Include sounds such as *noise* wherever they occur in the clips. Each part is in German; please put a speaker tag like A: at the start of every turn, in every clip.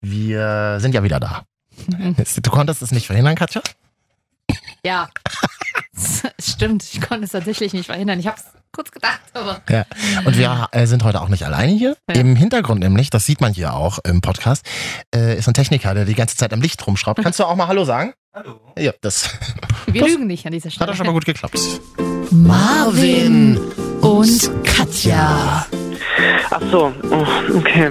A: Wir sind ja wieder da. Du konntest es nicht verhindern, Katja?
B: Ja. *laughs* Stimmt, ich konnte es tatsächlich nicht verhindern. Ich habe es kurz gedacht, aber
A: Ja. Und wir äh, sind heute auch nicht alleine hier.
B: Ja.
A: Im Hintergrund nämlich, das sieht man hier auch im Podcast, äh, ist ein Techniker, der die ganze Zeit am Licht rumschraubt. Kannst du auch mal Hallo sagen? Hallo. Ja, das
B: wir
A: Das
B: lügen nicht an dieser
A: hat doch
B: Stelle.
A: schon mal gut geklappt.
B: Marvin und Katja.
C: Ach so, oh, okay.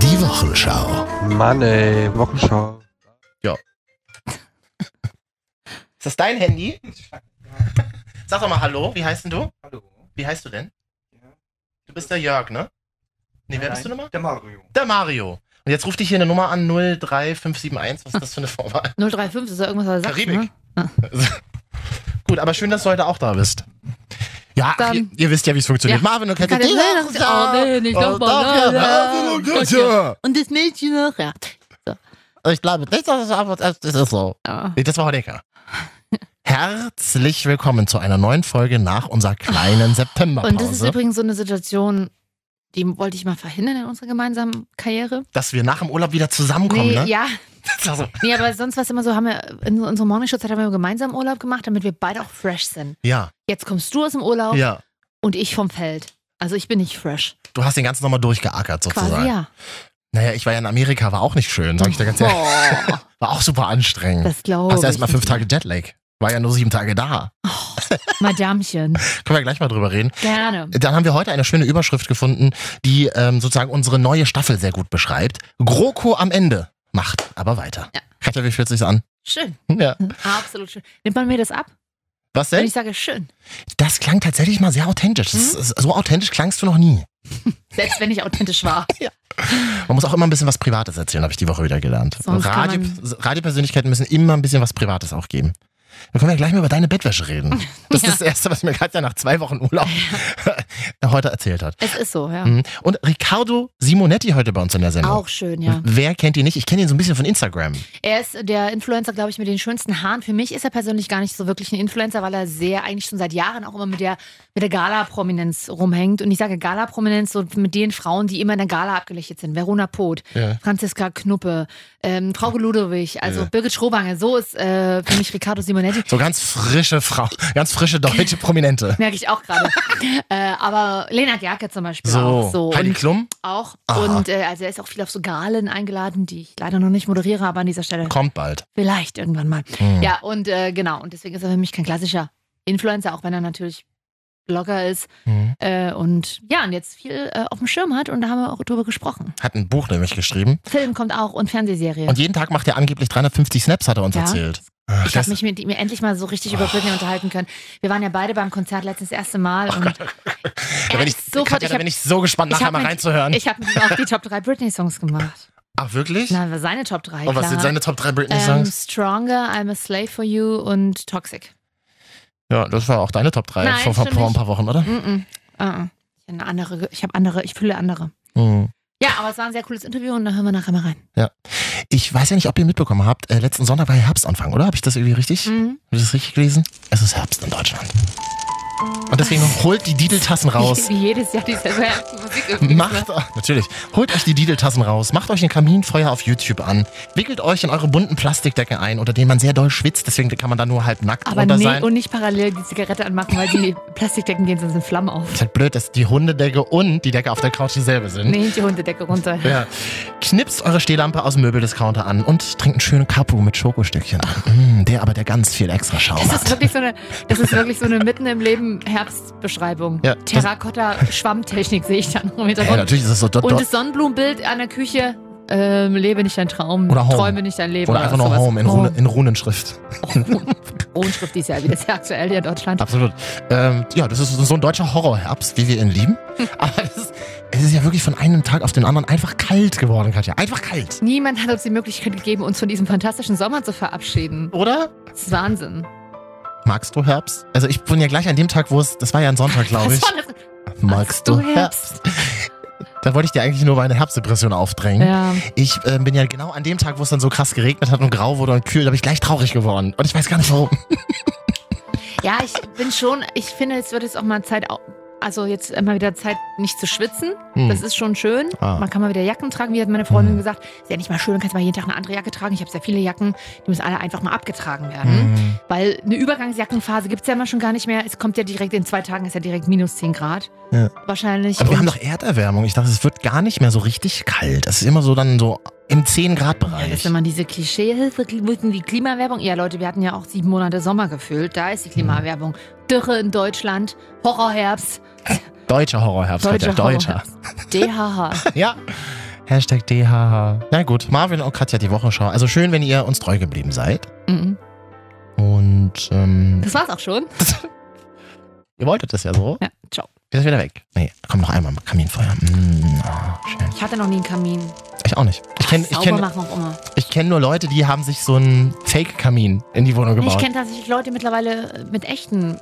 D: Die Wochenschau.
E: Mann, ey, Wochenschau.
A: Ist das dein Handy? *laughs* Sag doch mal Hallo, wie heißt denn du?
E: Hallo.
A: Wie heißt du denn?
E: Ja.
A: Du bist der Jörg, ne? Nee, wer bist du nochmal?
E: Der Mario.
A: Der Mario. Und jetzt ruft dich hier eine Nummer an 03571. Was ist das für eine
E: *laughs*
A: Vorwahl?
B: 035 ist ja irgendwas, was er sagt,
A: Karibik.
B: ne?
A: Gut, aber schön, dass du heute auch da bist. Ja, ach,
B: Dann-
A: ihr, ihr wisst ja, wie es funktioniert.
B: Ja.
A: Marvin und Katja.
B: Katja, das ist- oh, nee, nicht
A: Oh,
B: noch mal,
A: danke,
B: ne?
A: Marvin und Katja.
B: Und das Mädchen noch, ja.
A: Also Ich glaube nicht, dass es einfach das ist so.
B: ja.
A: Nee, Das war Honecker. Herzlich willkommen zu einer neuen Folge nach unserer kleinen
B: *laughs* Und das ist
A: Septemberpause.
B: übrigens so eine Situation, die wollte ich mal verhindern in unserer gemeinsamen Karriere.
A: Dass wir nach dem Urlaub wieder zusammenkommen,
B: nee,
A: ne?
B: ja.
A: Das war so.
B: Nee, aber sonst war es immer so, haben wir in unserer Morningshow-Zeit haben wir gemeinsam Urlaub gemacht, damit wir beide auch fresh sind.
A: *laughs* Ja,
B: Jetzt kommst du aus dem Urlaub
A: ja.
B: und ich vom Feld. Also ich bin nicht fresh.
A: Du hast den ganzen nochmal durchgeackert sozusagen. Hm.
B: Quasi ja.
A: Naja, ich war ja in Amerika, war auch nicht schön, sag ich dir ganz ehrlich.
B: Boah,
A: *laughs* War auch super anstrengend.
B: das glaube ich.
A: Hast erst mal fünf Tage Jetlag. War ja nur sieben Tage da.
B: Madamchen.
A: Können wir gleich mal drüber reden.
B: Gerne.
A: Dann haben wir heute eine schöne Überschrift gefunden, die ähm, sozusagen unsere neue Staffel sehr gut beschreibt. GroKo am Ende. Macht aber weiter.
B: Ja.
A: Katja, wie fühlt sich's an?
B: Schön.
A: Ja.
B: Absolut schön. Nimmt man mir das ab,
A: Was
B: wenn
A: denn?
B: ich sage schön?
A: Das klang tatsächlich mal sehr authentisch. Das
B: Mhm.
A: ist, so authentisch klangst du noch nie.
B: Selbst wenn ich authentisch war.
A: Man muss auch immer ein bisschen was Privates erzählen, habe ich die Woche wieder gelernt.
B: Sonst kann
A: Radio, Radiopersönlichkeiten müssen immer ein bisschen was Privates auch geben. Wir können ja gleich mal über deine Bettwäsche
B: *laughs*
A: reden. Das
B: Ja.
A: ist das Erste, was mir Katja nach zwei Wochen Urlaub *laughs* heute erzählt hat.
B: Es ist so, ja.
A: Mhm. Und Riccardo Simonetti heute bei uns in der Sendung.
B: Auch schön, ja.
A: Wer kennt ihn nicht? Ich kenne ihn so ein bisschen von Instagram.
B: Er ist der Influencer, glaube ich, mit den schönsten Haaren. Für mich ist er persönlich gar nicht so wirklich ein Influencer, weil er sehr eigentlich schon seit Jahren auch immer mit der, mit der Gala-Prominenz rumhängt. Und ich sage Gala-Prominenz so mit den Frauen, die immer in der Gala abgelichtet sind. Verona Poth,
A: Ja.
B: Franziska Knuppe, ähm, Frauke Ludewig, also
A: Ja.
B: Birgit Schrobange. So ist äh, für mich Riccardo Simonetti.
A: So ganz frische Frau, ganz frische
B: *laughs*
A: deutsche Prominente.
B: Merke ich
A: *laughs*
B: auch gerade. äh, aber Lena Gerke zum Beispiel
A: So,
B: auch. So.
A: Heidi
B: Und
A: Klum
B: auch.
A: Ah.
B: Und äh, also er ist auch viel auf so Galen eingeladen, die ich leider noch nicht moderiere, aber an dieser Stelle
A: kommt bald.
B: vielleicht irgendwann mal.
A: Mhm.
B: Ja, und äh, genau. Und deswegen ist er für mich kein klassischer Influencer, auch wenn er natürlich Blogger ist
A: Mhm.
B: äh, und ja, und jetzt viel äh, auf dem Schirm hat und da haben wir auch drüber gesprochen.
A: Hat ein Buch nämlich geschrieben.
B: Film kommt auch und Fernsehserie.
A: Und jeden Tag macht er angeblich 350 Snaps, hat er uns
B: Ja.
A: erzählt.
B: ich habe mich mit ihm endlich mal so richtig
A: Oh.
B: über Britney unterhalten können. Wir waren ja beide beim Konzert letztens das erste Mal und
A: Oh Da bin ich,
B: erst Äh, sofort,
A: Katja,
B: ich
A: da
B: hab-
A: bin ich so gespannt,
B: ich
A: nachher
B: hab
A: mal
B: mit-
A: reinzuhören.
B: Ich habe mit ihm auch die Top 3 Britney-Songs gemacht.
A: Ach, wirklich?
B: Na, war seine Top 3.
A: Und Oh, was
B: klar.
A: sind seine Top 3
B: ähm,
A: Britney-Songs?
B: Stronger, I'm a Slave for You und Toxic.
A: ja, das war auch deine Top 3
B: Nein,
A: vor, vor,
B: stimmt
A: vor ein
B: nicht.
A: paar Wochen, oder?
B: Mm -mm. Uh -uh. Ich habe andere, ich habe andere, ich fülle andere.
A: Mhm.
B: Ja, aber es war ein sehr cooles Interview und da hören wir nachher mal rein.
A: Ich weiß ja nicht, ob ihr mitbekommen habt, äh, letzten Sonntag war ja Herbstanfang, oder? Habe ich das irgendwie richtig?
B: Mhm.
A: Habe ich das richtig gelesen? Es ist Herbst in Deutschland. Und deswegen holt die Dideltassen
B: *laughs*
A: raus.
B: Wie, wie jedes Jahr dieselbe Musik irgendwie.
A: Macht, natürlich, holt euch die Dideltassen raus, macht euch ein Kaminfeuer auf YouTube an, wickelt euch in eure bunten Plastiktdecke ein, unter denen man sehr doll schwitzt, deswegen kann man da nur halb nackt
B: Aber
A: drunter
B: nee,
A: sein.
B: und nicht parallel die Zigarette anmachen, weil die Plastikdecken gehen sonst in Flammen auf.
A: Ist halt blöd, dass die Hundedecke und die Decke auf der Couch dieselbe sind.
B: Nee, die Hundedecke runter.
A: Ja. Knipst eure Stehlampe aus dem Möbeldiscounter an und trinkt einen schönen Kapu mit Schokostückchen. Mm, der aber, der ganz viel extra Schaum
B: Das ist
A: hat.
B: wirklich so eine, das ist wirklich so eine mitten im Leben Herbstbeschreibung.
A: Ja, das-
B: Terrakotta-Schwammtechnik sehe ich dann im
A: Ey,
B: Hintergrund.
A: natürlich ist es so dort,
B: Und
A: dort
B: das Sonnenblumenbild an der Küche. Ähm, lebe nicht dein Traum,
A: Oder Home.
B: träume nicht dein Leben.
A: oder einfach nur
B: sowas. Oh.
A: Home in, Rune, in Runenschrift.
B: Wohnschrift dieses Jahr wieder sehr aktuell hier in Deutschland.
A: *laughs* Absolut. Ähm, ja, das ist so ein deutscher Horrorherbst, wie wir ihn
B: *laughs*
A: lieben. Aber das ist, es ist ja wirklich von einem Tag auf den anderen einfach kalt geworden, Katja. Einfach kalt.
B: Niemand hat uns die Möglichkeit gegeben, uns von diesem fantastischen Sommer zu verabschieden.
A: Oder?
B: Das ist Wahnsinn.
A: Magst du Herbst? Also ich bin ja gleich an dem Tag, wo es, das war ja ein Sonntag, glaube
B: Was
A: ich.
B: war das?
A: Magst du Herbst? *laughs* Da wollte ich dir eigentlich nur meine Herbstdepression aufdrängen.
B: Ja.
A: Ich äh, bin ja genau an dem Tag, wo es dann so krass geregnet hat und grau wurde und kühl, da bin ich gleich traurig geworden. Und ich
B: *laughs*
A: weiß gar nicht warum.
B: ja, ich bin schon, ich finde, es wird jetzt auch mal Zeit, au- Also jetzt immer wieder Zeit, nicht zu schwitzen.
A: Hm.
B: Das ist schon schön.
A: Ah.
B: Man kann mal wieder Jacken tragen. Wie hat meine Freundin
A: Hm.
B: gesagt, ist ja nicht mal schön, du kannst mal jeden Tag eine andere Jacke tragen. Ich habe sehr viele Jacken, die müssen alle einfach mal abgetragen werden.
A: Hm.
B: Weil eine Übergangsjackenphase gibt es ja immer schon gar nicht mehr. Es kommt ja direkt in zwei Tagen, ist ja direkt minus 10 Grad.
A: Ja.
B: Wahrscheinlich.
A: Aber wir haben
B: Und-
A: doch Erderwärmung. Ich dachte, es wird gar nicht mehr so richtig kalt. Es ist immer so dann so im 10-Grad-Bereich.
B: Ja, das ist immer diese Klischee, müssen die Klimawerbung. Ja, Leute, wir hatten ja auch sieben Monate Sommer gefüllt. Da
A: Mhm.
B: ist die Klimawerbung. Dürre in Deutschland, Horrorherbst,
A: Deutscher Horrorherbst, heute
B: deutscher
A: Deutscher. *laughs*
B: Horrorherbst. DHH.
A: Ja. Hashtag DHH. Na gut, Marvin und Katja die Wochenschau. Also schön, wenn ihr uns treu geblieben seid.
B: Mhm.
A: Und ähm,
B: Das war's auch schon.
A: ihr wolltet das ja so.
B: Ja, ciao.
A: Jetzt ist wieder weg. Nee, komm noch einmal Kaminfeuer. Mm, ah, schön.
B: Ich hatte noch nie einen Kamin.
A: Ich auch nicht. Ich kenne ich
B: Sauber
A: kenn, Genau.
B: machen auch immer.
A: ich kenn nur Leute, die haben sich so einen Fake-Kamin in die Wohnung
B: Ich
A: gebaut.
B: kenne tatsächlich Leute mittlerweile äh, mit echten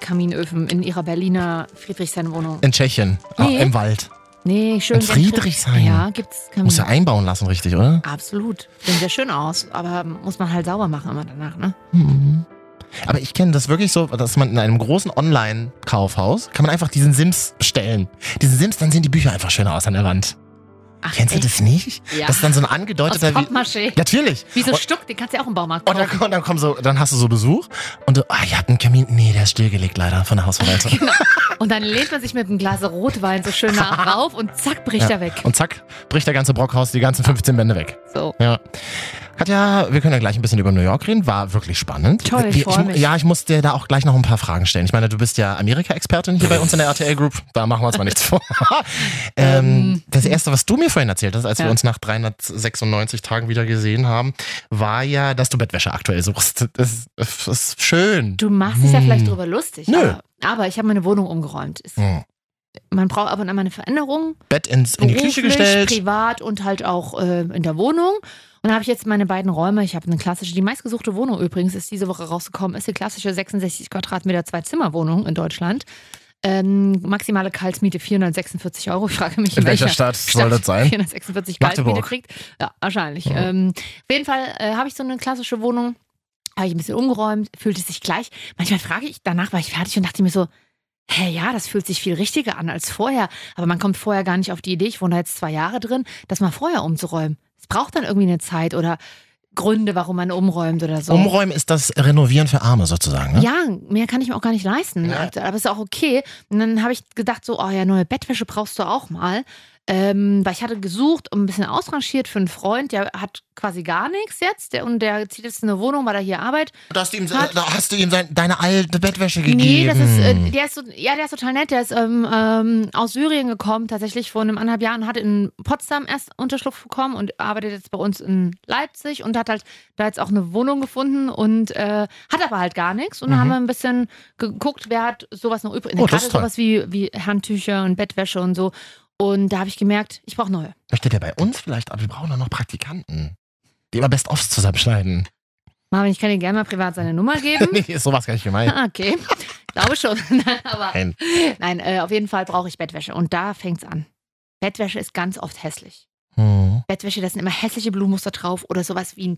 B: Kaminöfen in ihrer Berliner Friedrichshain-Wohnung.
A: in Tschechien, ah,
B: Nee.
A: im Wald.
B: Nee, schön.
A: In
B: wenn drin-
A: Friedrichshain.
B: Ja, gibt's Kamin.
A: Muss ja einbauen lassen, richtig, oder?
B: Absolut. Sehen sehr schön aus, aber muss man halt sauber machen immer danach, ne?
A: Mhm. Aber ich kenne das wirklich so, dass man in einem großen Online-Kaufhaus kann man einfach diesen Sims stellen. Diesen Sims, dann sehen die Bücher einfach schöner aus an der Wand.
B: Ach,
A: Kennst du
B: echt?
A: das nicht?
B: Ja.
A: Das ist dann so ein
B: Aus
A: angedeuteter... Wie Oh.
B: Pappmaché.
A: Natürlich.
B: Wie so ein
A: Und-
B: Stuck, den kannst du ja auch im Baumarkt
A: Und dann,
B: kaufen.
A: und dann, kommen so, dann hast du so Besuch und du, ah, ich hab einen Kamin. Nee, der ist stillgelegt leider von der
B: *laughs*
A: Hausverwaltung.
B: Und dann lehnt man sich mit einem Glas Rotwein
A: *laughs*
B: so schön nah rauf und zack, bricht er weg.
A: und zack, bricht der ganze Brockhaus die ganzen 15 Bände weg.
B: So.
A: Ja. Katja, wir können ja gleich ein bisschen über New York reden. War wirklich spannend.
B: Toll, ich
A: Wir-
B: freu mich.
A: Ja, ich muss dir da auch gleich noch ein paar Fragen stellen. Ich meine, du bist ja Amerika-Expertin hier bei uns in der RTL Group. Da machen wir uns mal nichts vor. *laughs* ähm, das erste, was du mir vorhin erzählt hast, als
B: Ja.
A: wir uns nach 396 Tagen wieder gesehen haben, war ja, dass du Bettwäsche aktuell suchst. Das, das ist schön.
B: Du machst dich ja
A: Hm.
B: vielleicht drüber lustig.
A: Nö.
B: Aber, aber ich habe meine Wohnung umgeräumt. Ist,
A: Hm.
B: man braucht aber immer eine Veränderung.
A: Bett ins, in die Küche
B: beruflich,
A: gestellt.
B: privat und halt auch äh, in der Wohnung. Und da habe ich jetzt meine beiden Räume. Ich habe eine klassische, die meistgesuchte Wohnung übrigens ist diese Woche rausgekommen, ist die klassische 66 Quadratmeter Zwei-Zimmer-Wohnung in Deutschland. Ähm, maximale Kaltmiete 446 Euro. Ich frage mich,
A: In welcher Stadt soll das sein?
B: 446
A: Magdeburg.
B: Kaltmiete kriegt. Ja, wahrscheinlich.
A: Ja.
B: Ähm, auf jeden Fall äh, habe ich so eine klassische Wohnung, habe ich ein bisschen umgeräumt, fühlte sich gleich. Manchmal frage ich, danach war ich fertig und dachte mir so, hä, ja, das fühlt sich viel richtiger an als vorher. Aber man kommt vorher gar nicht auf die Idee, ich wohne da jetzt zwei Jahre drin, das mal vorher umzuräumen. Es braucht dann irgendwie eine Zeit oder Gründe, warum man umräumt oder so.
A: Umräumen ist das Renovieren für Arme sozusagen. Ne?
B: Ja, mehr kann ich mir auch gar nicht leisten. Also,
A: Ja.
B: Aber ist auch okay. Und dann habe ich gedacht, so, oh ja, neue Bettwäsche brauchst du auch mal. Ähm, weil ich hatte gesucht und ein bisschen ausrangiert für einen Freund, der hat quasi gar nichts jetzt. Der, und der zieht jetzt in eine Wohnung, weil er hier arbeitet.
A: Da hast du ihm, da hast du ihm sein, deine alte Bettwäsche gegeben.
B: Nee, das ist, äh, der ist so, ja, der ist total nett. Der ist ähm, ähm, aus Syrien gekommen, tatsächlich vor einem anderthalb Jahren, hat in Potsdam erst Unterschlupf bekommen und arbeitet jetzt bei uns in Leipzig und hat halt da jetzt auch eine Wohnung gefunden und äh, hat aber halt gar nichts. Und dann
A: Mhm.
B: haben wir ein bisschen geguckt, wer hat sowas noch übrig.
A: Oh, das
B: Gerade
A: ist toll.
B: sowas wie, wie Handtücher und Bettwäsche und so. Und da habe ich gemerkt, ich brauche neue.
A: Möchte der bei uns vielleicht, aber wir brauchen doch noch Praktikanten, die immer Best-ofs
B: *laughs*
A: zusammenschneiden.
B: Marvin, ich kann dir gerne mal privat seine Nummer geben.
A: nee, ist sowas gar nicht
B: *laughs*
A: gemeint.
B: Ah, okay, glaube schon. *laughs* Nein, aber
A: Nein.
B: Nein, äh, auf jeden Fall brauche ich Bettwäsche. Und da fängt's an. Bettwäsche ist ganz oft hässlich.
A: Hm.
B: Bettwäsche, da sind immer hässliche Blumenmuster drauf oder sowas wie ein.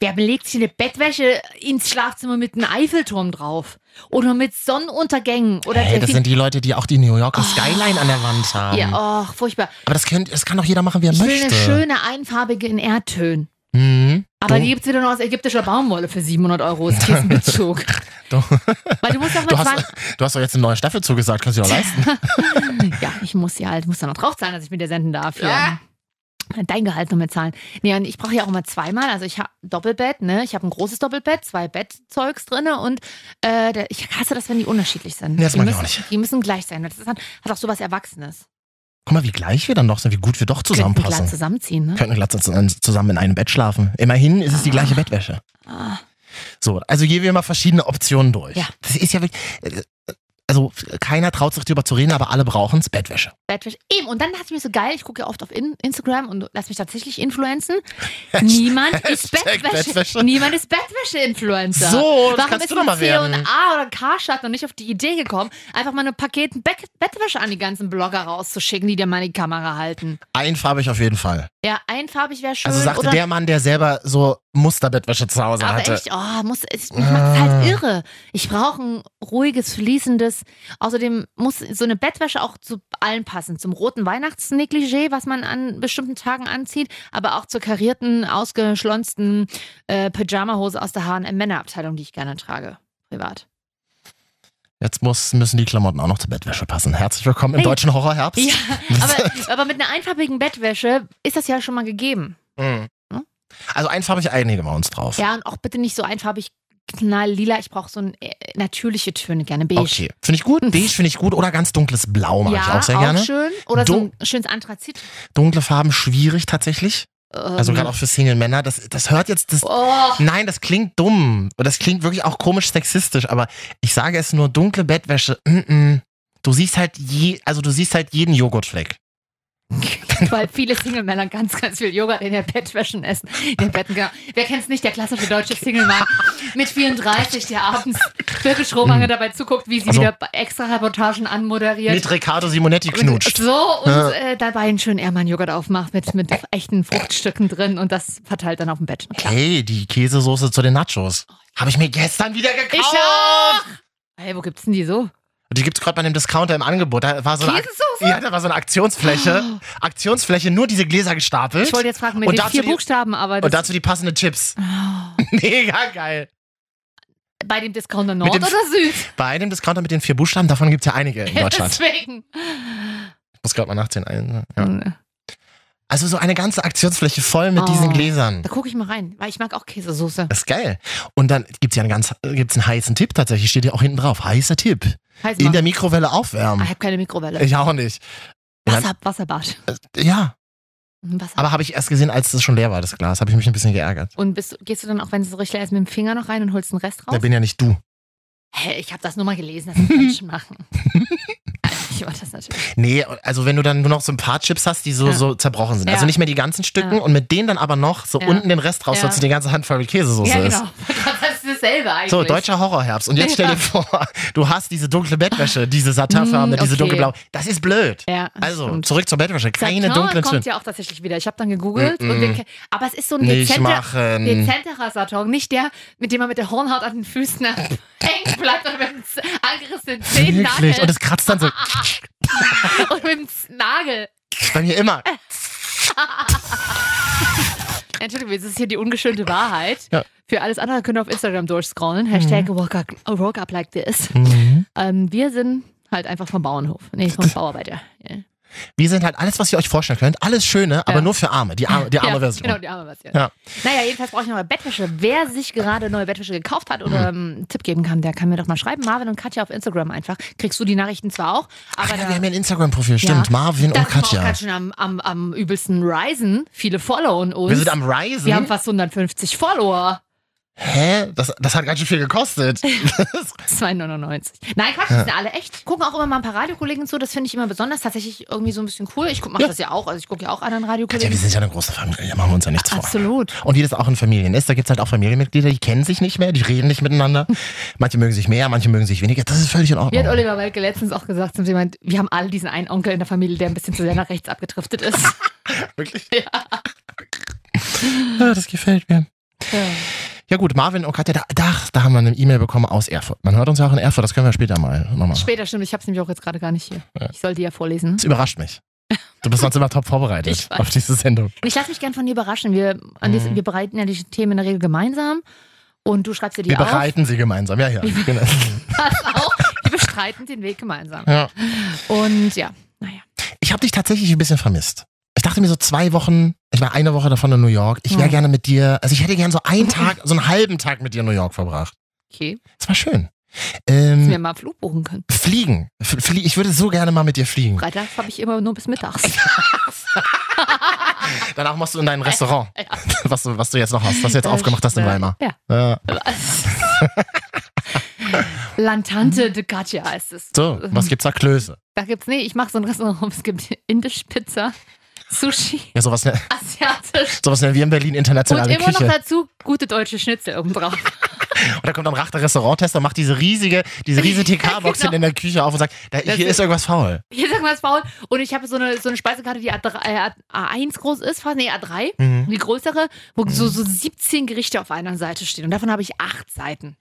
B: Wer belegt sich eine Bettwäsche ins Schlafzimmer mit einem Eiffelturm drauf? Oder mit Sonnenuntergängen? Oder Oh.
A: Hey, das sind die Leute, die auch die New Yorker Skyline an der Wand haben.
B: ja, oh, furchtbar.
A: Aber das, könnt, das kann doch jeder machen, wie er
B: Ich will
A: möchte.
B: eine schöne, einfarbige in Erdtönen.
A: Hm.
B: Aber
A: Du-
B: die gibt's wieder nur aus ägyptischer Baumwolle für 700 Euro.
A: *laughs*
B: Ist Kissenbezug.
A: Du-
B: Weil du musst doch mal
A: Du
B: 20
A: hast, *laughs* du hast doch jetzt eine neue Staffel zugesagt, kannst du dir auch
B: *laughs*
A: leisten.
B: *clears throat* Ja, ich muss ja halt, muss da noch drauf zahlen, dass ich mit dir senden darf. Ja.
A: Ah.
B: Dein Gehalt noch mehr zahlen. Nee, und ich brauche ja auch immer zweimal. Also ich habe Doppelbett, ne? Ich habe ein großes Doppelbett, zwei Bettzeugs drin und äh, der, ich hasse das, wenn die unterschiedlich sind.
A: Nee, das
B: die,
A: mag ich
B: müssen,
A: auch nicht.
B: die müssen gleich sein. Das ist, hat, hat auch sowas Erwachsenes.
A: Guck mal, wie gleich wir dann doch sind, wie gut wir doch
B: Könnten klar
A: zusammenpassen.
B: zusammenziehen, ne?
A: Könnten glatt zusammen in einem Bett schlafen. Immerhin ist es die gleiche Bettwäsche.
B: Ah,
A: So, also gehen wir mal verschiedene Optionen durch.
B: Ja.
A: Das ist ja wirklich. äh, Also, keiner traut sich darüber zu reden, aber alle brauchen es. Bettwäsche.
B: Bettwäsche. Eben, und dann dachte ich mir so geil, ich gucke ja oft auf in Instagram und lass mich
A: *laughs*
B: tatsächlich influenzen. Niemand ist
A: Hashtag
B: Bettwäsche.
A: Bettwäsche.
B: Niemand ist Bettwäsche-Influencer.
A: So, das
B: Warum
A: kannst
B: ist
A: du doch mal
B: von
A: werden.
B: C&A oder Karstadt noch nicht auf die Idee gekommen, einfach mal ein Paket Be- Bettwäsche an die ganzen Blogger rauszuschicken, die dir mal in die Kamera halten.
A: Einfarbig auf jeden Fall.
B: Ja, einfarbig wäre schön.
A: Also sagte
B: oder
A: der Mann, der selber so Musterbettwäsche zu Hause
B: aber
A: hatte. Ah.
B: echt, oh, muss, ich, mich macht's halt irre. Ich brauche ein ruhiges, fließendes, ist. Außerdem muss so eine Bettwäsche auch zu allen passen. Zum roten Weihnachtsnegligé, was man an bestimmten Tagen anzieht, aber auch zur karierten, ausgeschlonzten äh, Pyjamahose aus der H&M Männerabteilung, die ich gerne trage, privat.
A: Jetzt muss, müssen die Klamotten auch noch zur Bettwäsche passen. Herzlich willkommen im
B: Hey.
A: deutschen Horrorherbst. *laughs*
B: Ja, aber, aber mit einer einfarbigen Bettwäsche ist das ja schon mal gegeben.
A: Mhm.
B: Hm?
A: Also einfarbig einigen wir uns drauf.
B: Ja, und auch bitte nicht so einfarbig knalllila. Ich brauche so ein, äh, natürliche Töne, gerne beige. Hm.
A: Okay, finde ich gut. Beige finde ich gut oder ganz dunkles Blau mag
B: ja,
A: ich auch sehr gerne.
B: schön. Oder so
A: Dun-
B: ein schönes Anthrazit.
A: Dunkle Farben schwierig tatsächlich. Also
B: Ähm,
A: gerade auch für Single-Männer. Das, das hört jetzt, das,
B: Oh,
A: Nein, das klingt dumm. Und das klingt wirklich auch komisch sexistisch, aber ich sage es nur, dunkle Bettwäsche, mm -mm. du siehst halt je, also du siehst halt jeden Joghurtfleck. *laughs*
B: oh, weil viele Single-Männer ganz, ganz viel Joghurt in der Bettwäsche essen. In den Betten, genau. Wer kennt's nicht? Der klassische deutsche Single-Mann mit 34, der abends Birgit Schromange dabei zuguckt, wie sie
A: Hm. Also-
B: wieder extra Reportagen anmoderiert.
A: Mit Riccardo Simonetti knutscht.
B: So, und
A: Ja.
B: äh, dabei einen schönen Ermann-Joghurt aufmacht mit, mit echten Fruchtstücken drin und das verteilt dann auf dem Bett.
A: Hey, die Käsesoße zu den Nachos. Habe ich mir gestern wieder gekauft.
B: Ich auch! Hey, wo gibt's denn die so?
A: Die gibt's gerade bei einem Discounter im Angebot. Da war so eine, Ak-
B: Käsesoße?
A: ja, da war so eine Aktionsfläche. Aktionsfläche, nur diese Gläser gestapelt.
B: Oh. Ich wollte jetzt fragen, mit
A: Und
B: den
A: dazu
B: vier
A: die-
B: Buchstaben, aber
A: und
B: das,
A: dazu die passenden
B: *laughs*
A: Chips.
B: oh,
A: Mega geil.
B: bei dem Discounter Nord
A: dem-
B: oder
A: *laughs*
B: Süd?
A: Bei einem Discounter mit den vier Buchstaben, davon gibt's ja einige in Deutschland.
B: Deswegen. Hm,
A: Ich muss gerade mal nachziehen. Ein- Ja.
B: Da
A: Also so eine ganze Aktionsfläche voll mit diesen
B: Oh.
A: Gläsern.
B: gucke ich mal rein, weil ich mag auch Käsesoße.
A: Das ist geil. Und dann gibt's ja einen ganz, äh, gibt's einen heißen Tipp tatsächlich. Steht ja auch hinten drauf. Heißer Tipp.
B: Heiß
A: In
B: mal.
A: der Mikrowelle aufwärmen.
B: Ah, ich habe keine Mikrowelle.
A: Ich auch nicht.
B: Wasser, Wasserbad.
A: Ja,
B: Hm, Wasser.
A: aber habe ich erst gesehen, als es schon leer war, das Glas. Habe ich mich ein bisschen geärgert.
B: und bist, du- gehst du dann auch, wenn es so richtig leer ist, mit dem Finger noch rein und holst den Rest raus?
A: Da bin ja nicht du.
B: Hä, ich habe das nur mal gelesen, dass
A: *laughs*
B: das Menschen machen. Also, ich mach das natürlich.
A: Nee, also wenn du dann nur noch so ein paar Chips hast, die so,
B: Ja.
A: so zerbrochen sind. Also
B: Ja.
A: nicht mehr die ganzen Stücken
B: Ja.
A: und mit denen dann aber noch so
B: Ja.
A: unten den Rest raus,
B: Ja.
A: sodass du die ganze Hand voll mit Käsesoße
B: Ja,
A: ist.
B: genau. *laughs* Das ist dasselbe eigentlich.
A: So, deutscher Horrorherbst. Und jetzt stell dir
B: Ja.
A: vor, du hast diese dunkle Bettwäsche, diese Satinfarbene,
B: Mm,
A: diese
B: okay.
A: dunkelblau. Das ist blöd.
B: Ja, das
A: Also,
B: stimmt.
A: zurück zur Bettwäsche. Keine
B: Satin
A: dunklen
B: kommt
A: Töne.
B: ja auch tatsächlich wieder. Ich habe dann gegoogelt.
A: Mm-mm.
B: Und wir, ke- aber es ist so ein
A: Nicht
B: dezenter,
A: machen.
B: dezenterer Satin. Nicht der, mit dem man mit der Hornhaut an den Füßen *laughs* hängen bleibt oder mit dem Z-
A: *laughs*
B: angerissenen Zehen
A: Wirklich. Und
B: Nagel.
A: es kratzt dann so.
B: *laughs* Und mit dem Z- Nagel.
A: *laughs* Bei mir immer.
B: Entschuldigung, das ist hier die ungeschönte Wahrheit.
A: Ja. Mhm.
B: Für alles andere könnt ihr auf Instagram durchscrollen. Hashtag walk, up, walk up like this. Ähm, wir sind halt einfach vom Bauernhof.
A: *laughs*
B: Nee, vom Bauarbeiter. Ja.
A: Wir sind halt alles, was ihr euch vorstellen könnt. Alles Schöne, aber nur für Arme. Die arme, die arme
B: ja,
A: Version.
B: Genau, die arme Version.
A: Ja.
B: Naja, jedenfalls brauche ich neue Bettwäsche. Wer sich gerade neue Bettwäsche gekauft hat oder ähm, einen Tipp geben kann, der kann mir doch mal schreiben. Marvin und Katja auf Instagram einfach. Kriegst du die Nachrichten zwar auch,
A: Ach
B: aber
A: ja,
B: da-
A: wir haben ja ein Instagram-Profil, stimmt. Marvin
B: da
A: und
B: sind wir auch
A: Katja.
B: ganz schön am, am, am übelsten Risen. Viele followen uns.
A: Wir sind am Risen.
B: Wir haben fast 150 Follower.
A: Hä? Das, das hat ganz schön viel
B: *laughs*
A: gekostet.
B: 2,99. Nein, Quatsch, die sind alle echt. Gucken auch immer mal ein paar Radiokollegen zu. Das finde ich immer besonders tatsächlich irgendwie so ein bisschen cool. Ich guck, mach das ja auch. Also ich gucke ja auch anderen
A: Katja, wir
B: Radiokollegen.
A: sind ja eine große Familie, da machen wir uns ja nichts vor.
B: Absolut.
A: Und jedes auch in Familien ist. Da gibt's halt auch Familienmitglieder, die kennen sich nicht mehr, die reden nicht miteinander. Manche mögen sich mehr, manche mögen sich weniger. Das ist völlig in
B: Mir hat
A: Ordnung.
B: Oliver Welke letztens auch gesagt zum Thema, wir haben alle diesen einen Onkel in der Familie, der ein bisschen zu sehr nach rechts abgedriftet ist.
A: Wirklich? Ja. Das gefällt mir. Ja gut, Marvin und Katja, da, da, da haben wir eine E-Mail bekommen aus Erfurt. Man hört uns ja auch in Erfurt, das können wir später mal nochmal.
B: Später stimmt, ich habe es nämlich auch jetzt gerade gar nicht hier. Ich soll die ja vorlesen.
A: Das überrascht mich. Du bist sonst immer top vorbereitet
B: Ich weiß.
A: auf diese Sendung.
B: Ich lasse mich gern von dir überraschen. Wir,
A: Mhm.
B: an dies- wir bereiten ja die Themen in der Regel gemeinsam und du schreibst dir die
A: Wir
B: auf.
A: bereiten sie gemeinsam. Ja, ja. Genau.
B: *laughs* Pass auf, wir bestreiten den Weg gemeinsam.
A: ja.
B: Und ja, naja.
A: Ich habe dich tatsächlich ein bisschen vermisst. Ich dachte mir so zwei Wochen, ich war eine Woche davon in New York. Ich wäre
B: Hm.
A: gerne mit dir, also ich hätte gerne so einen Tag, so einen halben Tag mit dir in New York verbracht.
B: Okay,
A: Das war schön.
B: dass wir
A: Ähm,
B: mal einen Flug buchen können.
A: fliegen. F flie ich würde so gerne mal mit dir fliegen.
B: Freitags habe ich immer nur bis mittags. *laughs*
A: Danach machst du in deinem
B: Äh,
A: Restaurant, *laughs* was, du, was du jetzt noch hast, was du jetzt
B: Das
A: aufgemacht hast in
B: stimmt.
A: Weimar.
B: Äh, Ja.
A: Ja. *laughs*
B: Lantante de Katja heißt es.
A: So, was gibt's da? Klöße.
B: Da gibt's, nee, ich mache so ein Restaurant, es gibt indisch Pizza, Sushi, *laughs*
A: Ja, sowas, ne-
B: asiatisch.
A: sowas nennen wir in Berlin
B: Und
A: internationale
B: immer noch halt
A: Küche.
B: dazu gute deutsche Schnitzel obendrauf.
A: Und da kommt dann Rachter Restauranttester, macht diese riesige,
B: *laughs*
A: diese riesige TK-Box
B: Genau.
A: in der Küche auf und sagt, da,
B: Das
A: hier
B: ist-
A: ist irgendwas faul.
B: Hier sagen wir es faul. Und ich habe so eine, so eine Speisekarte, die A3, äh, A1 groß ist, fast, nee, A3,
A: Mhm.
B: die größere, wo so, so 17 Gerichte auf einer Seite stehen. Und davon habe ich acht Seiten.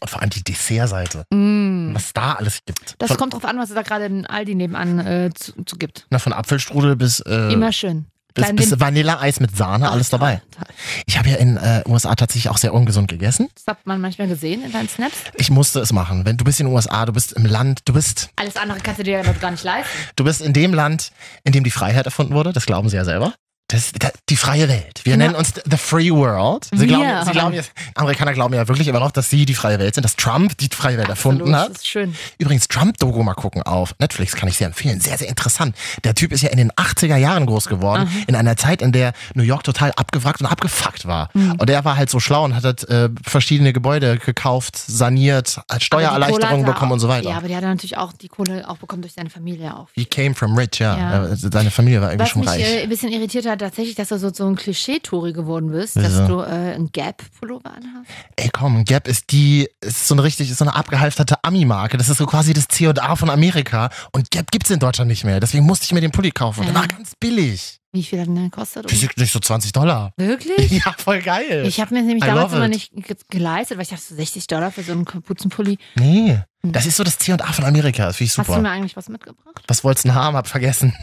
A: Und vor allem die Dessertseite.
B: Mm.
A: Was da alles gibt.
B: Das
A: von,
B: kommt drauf an, was es da gerade in Aldi nebenan äh, zu, zu gibt.
A: na, von Apfelstrudel bis, äh,
B: Immer schön.
A: bis,
B: klein
A: bis
B: Wind-
A: Vanilleeis mit Sahne, alles
B: Toll,
A: dabei.
B: toll.
A: Ich habe ja in äh, USA tatsächlich auch sehr ungesund gegessen.
B: Das hat man manchmal gesehen in deinen Snaps.
A: Ich musste es machen. Wenn du bist in den USA, du bist im Land, du bist,
B: Alles andere kannst du dir ja gar nicht leisten.
A: du bist in dem Land, in dem die Freiheit erfunden wurde. Das glauben sie ja selber. Das, da- die freie Welt. Wir
B: Ja.
A: nennen uns the free world. Sie glauben,
B: Wir.
A: sie glauben, jetzt- Amerikaner glauben ja wirklich immer noch, dass sie die freie Welt sind, dass Trump die freie Welt erfunden
B: Absolut,
A: hat.
B: Das Also, ist schön.
A: Übrigens, Trump-Doku mal gucken auf Netflix, kann ich sehr empfehlen. Sehr, sehr interessant. Der Typ ist ja in den 80er Jahren groß geworden, in einer Zeit, in der New York total abgewrackt und abgefuckt war.
B: Hm.
A: Und er war halt so schlau und hat halt, äh, verschiedene Gebäude gekauft, saniert, hat
B: Aber die Kohle
A: Steuererleichterungen
B: hat er
A: bekommen und so
B: auch-
A: weiter.
B: Ja, aber der hat natürlich auch die Kohle auch bekommen durch seine Familie auch.
A: He came from rich, ja.
B: Ja.
A: Äh, Seine Familie war irgendwie
B: Was
A: schon
B: mich
A: reich.
B: äh, ein bisschen irritiert hat, tatsächlich, dass du so, so ein Klischee-Tori geworden bist,
A: Wieso?
B: dass du äh, einen Gap-Pullover anhast.
A: Ey komm, Gap ist die, ist so eine richtig, ist so eine abgehalfterte Ami-Marke. Das ist so quasi das C&A von Amerika. Und Gap gibt's in Deutschland nicht mehr. Deswegen musste ich mir den Pulli kaufen. Der
B: Ja.
A: war ganz billig.
B: Wie viel hat denn der gekostet?
A: Das ist nicht so 20 Dollar. *laughs*
B: Wirklich?
A: Ja, voll geil.
B: Ich habe mir nämlich
A: I
B: damals
A: love
B: immer
A: it.
B: nicht ge- geleistet, weil ich dachte, so 60 Dollar für so einen Kapuzenpulli.
A: Nee, das ist so das C&A von Amerika. Das finde ich
B: Hm. Hast du mir
A: super.
B: eigentlich was mitgebracht?
A: Was wolltest du denn haben? Hab vergessen. *laughs*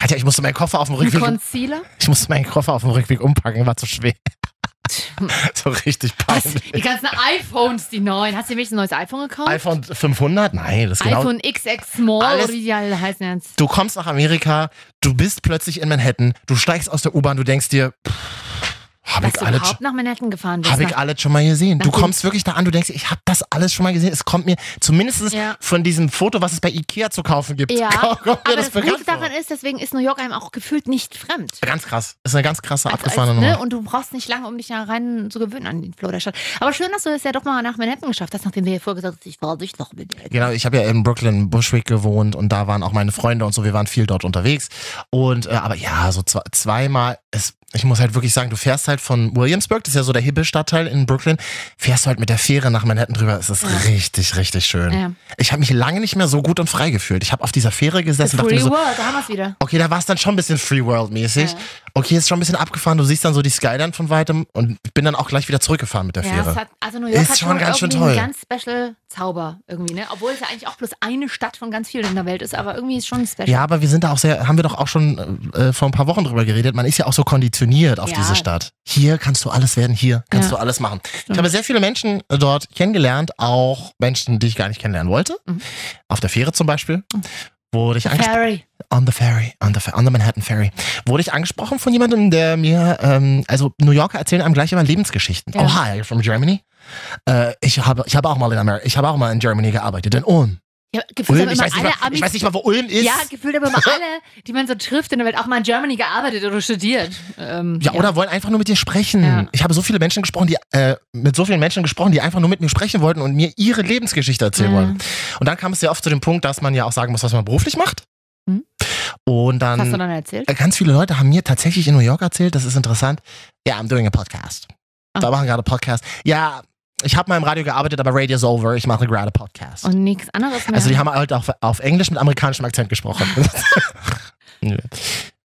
A: Katja, ich musste meinen Koffer auf dem
B: Ein
A: Rückweg, *laughs*
B: Concealer?
A: ich musste meinen Koffer auf dem Rückweg umpacken, war zu schwer. *laughs* so richtig
B: Was?
A: peinlich.
B: Die ganzen iPhones, die neuen. Hast du dir wenigstens ein neues iPhone gekauft?
A: iPhone 500? Nein, das ist genau.
B: iPhone XX Small,
A: Alles-
B: oder wie die alle heißen jetzt.
A: Du kommst nach Amerika, du bist plötzlich in Manhattan, du steigst aus der U-Bahn, du denkst dir, habe
B: Dass
A: ich
B: du
A: alles
B: überhaupt nach Manhattan gefahren bist.
A: habe ich
B: nach-
A: alles schon mal gesehen. Du
B: Nachdem-
A: kommst wirklich da an, du denkst, ich habe das alles schon mal gesehen. Es kommt mir zumindest
B: Ja.
A: von diesem Foto, was es bei Ikea zu kaufen gibt, *laughs*
B: Ja,
A: kommt mir
B: aber
A: Oh das
B: das,
A: bekannt
B: Gute
A: vor.
B: daran ist, deswegen ist New York einem auch gefühlt nicht fremd.
A: Ganz krass. Ist eine ganz krasse,
B: Also
A: abgefahrene
B: als, ne,
A: Nummer.
B: Und du brauchst nicht lange, um dich da rein zu gewöhnen an den Flow der Stadt. Aber schön, dass du es ja doch mal nach Manhattan geschafft hast, nachdem wir hier vorgesagt haben, ich war dich noch mit
A: Genau, ich habe ja in Brooklyn Bushwick gewohnt und da waren auch meine Freunde und so, wir waren viel dort unterwegs. Und äh, aber ja, so zwei, zweimal, es, ich muss halt wirklich sagen, du fährst halt von Williamsburg, das ist ja so der hippe Stadtteil in Brooklyn, fährst du halt mit der Fähre nach Manhattan drüber. Es ist richtig, richtig schön.
B: Ja.
A: Ich habe mich lange nicht mehr so gut und frei gefühlt. Ich habe auf dieser Fähre gesessen und dachte mir
B: Free
A: so,
B: World, da haben wir es wieder.
A: Okay, da war es dann schon ein bisschen Free World-mäßig.
B: Ja.
A: Okay, ist schon ein bisschen abgefahren. Du siehst dann so die Skyline von weitem und ich bin dann auch gleich wieder zurückgefahren mit der
B: Ja,
A: Fähre.
B: es hat, also New York
A: Ist
B: hat
A: schon
B: schon
A: ganz schön
B: irgendwie einen
A: toll.
B: ganz special Zauber irgendwie, ne? Obwohl es ja eigentlich auch bloß eine Stadt von ganz vielen in der Welt ist, aber irgendwie ist schon special.
A: Ja, aber wir sind da auch sehr, haben wir doch auch schon äh, vor ein paar Wochen drüber geredet. Man ist ja auch so konditioniert auf
B: Ja.
A: diese Stadt. Hier kannst du alles werden, hier kannst
B: Ja.
A: du alles machen. Ich habe sehr viele Menschen äh, dort kennengelernt, auch Menschen, die ich gar nicht kennenlernen wollte.
B: Mhm.
A: Auf der Fähre zum Beispiel. Wurde ich angesprochen.
B: Ferry.
A: On the ferry, on the, fe- on the Manhattan Ferry. Wurde ich angesprochen von jemandem, der mir, ähm, also New Yorker erzählen einem gleich immer Lebensgeschichten.
B: Ja.
A: Oh, hi, you're from Germany? Äh, ich, habe, ich habe auch mal in Amerika, ich habe auch mal in Germany gearbeitet, in Ulm.
B: Ja, gefühlt
A: Ulm
B: haben
A: ich,
B: Also
A: weiß nicht
B: immer
A: mal,
B: alle Amis.
A: ich weiß nicht mal, wo Ulm ist.
B: ja, gefühlt haben
A: *laughs*
B: immer alle, die man so trifft in der Welt, auch mal in Germany gearbeitet oder studiert. Ähm,
A: Ja, oder wollen einfach nur mit dir sprechen.
B: Ja.
A: Ich habe so viele Menschen gesprochen, die äh, mit so vielen Menschen gesprochen, die einfach nur mit mir sprechen wollten und mir ihre Lebensgeschichte erzählen
B: Ja.
A: wollen. Und dann kam es sehr oft zu dem Punkt, dass man ja auch sagen muss, was man beruflich macht.
B: Mhm.
A: Und
B: Was hast du
A: dann
B: dann erzählt?
A: äh, ganz viele Leute haben mir tatsächlich in New York erzählt, das ist interessant. Ja, I'm doing a podcast.
B: Ah.
A: Da machen gerade Podcast. Ja, ich habe mal im Radio gearbeitet, aber Radio's over. Ich mache gerade Podcast.
B: Und nichts anderes mehr.
A: also die haben halt auf, auf Englisch mit amerikanischem Akzent
B: *laughs*
A: gesprochen. *laughs*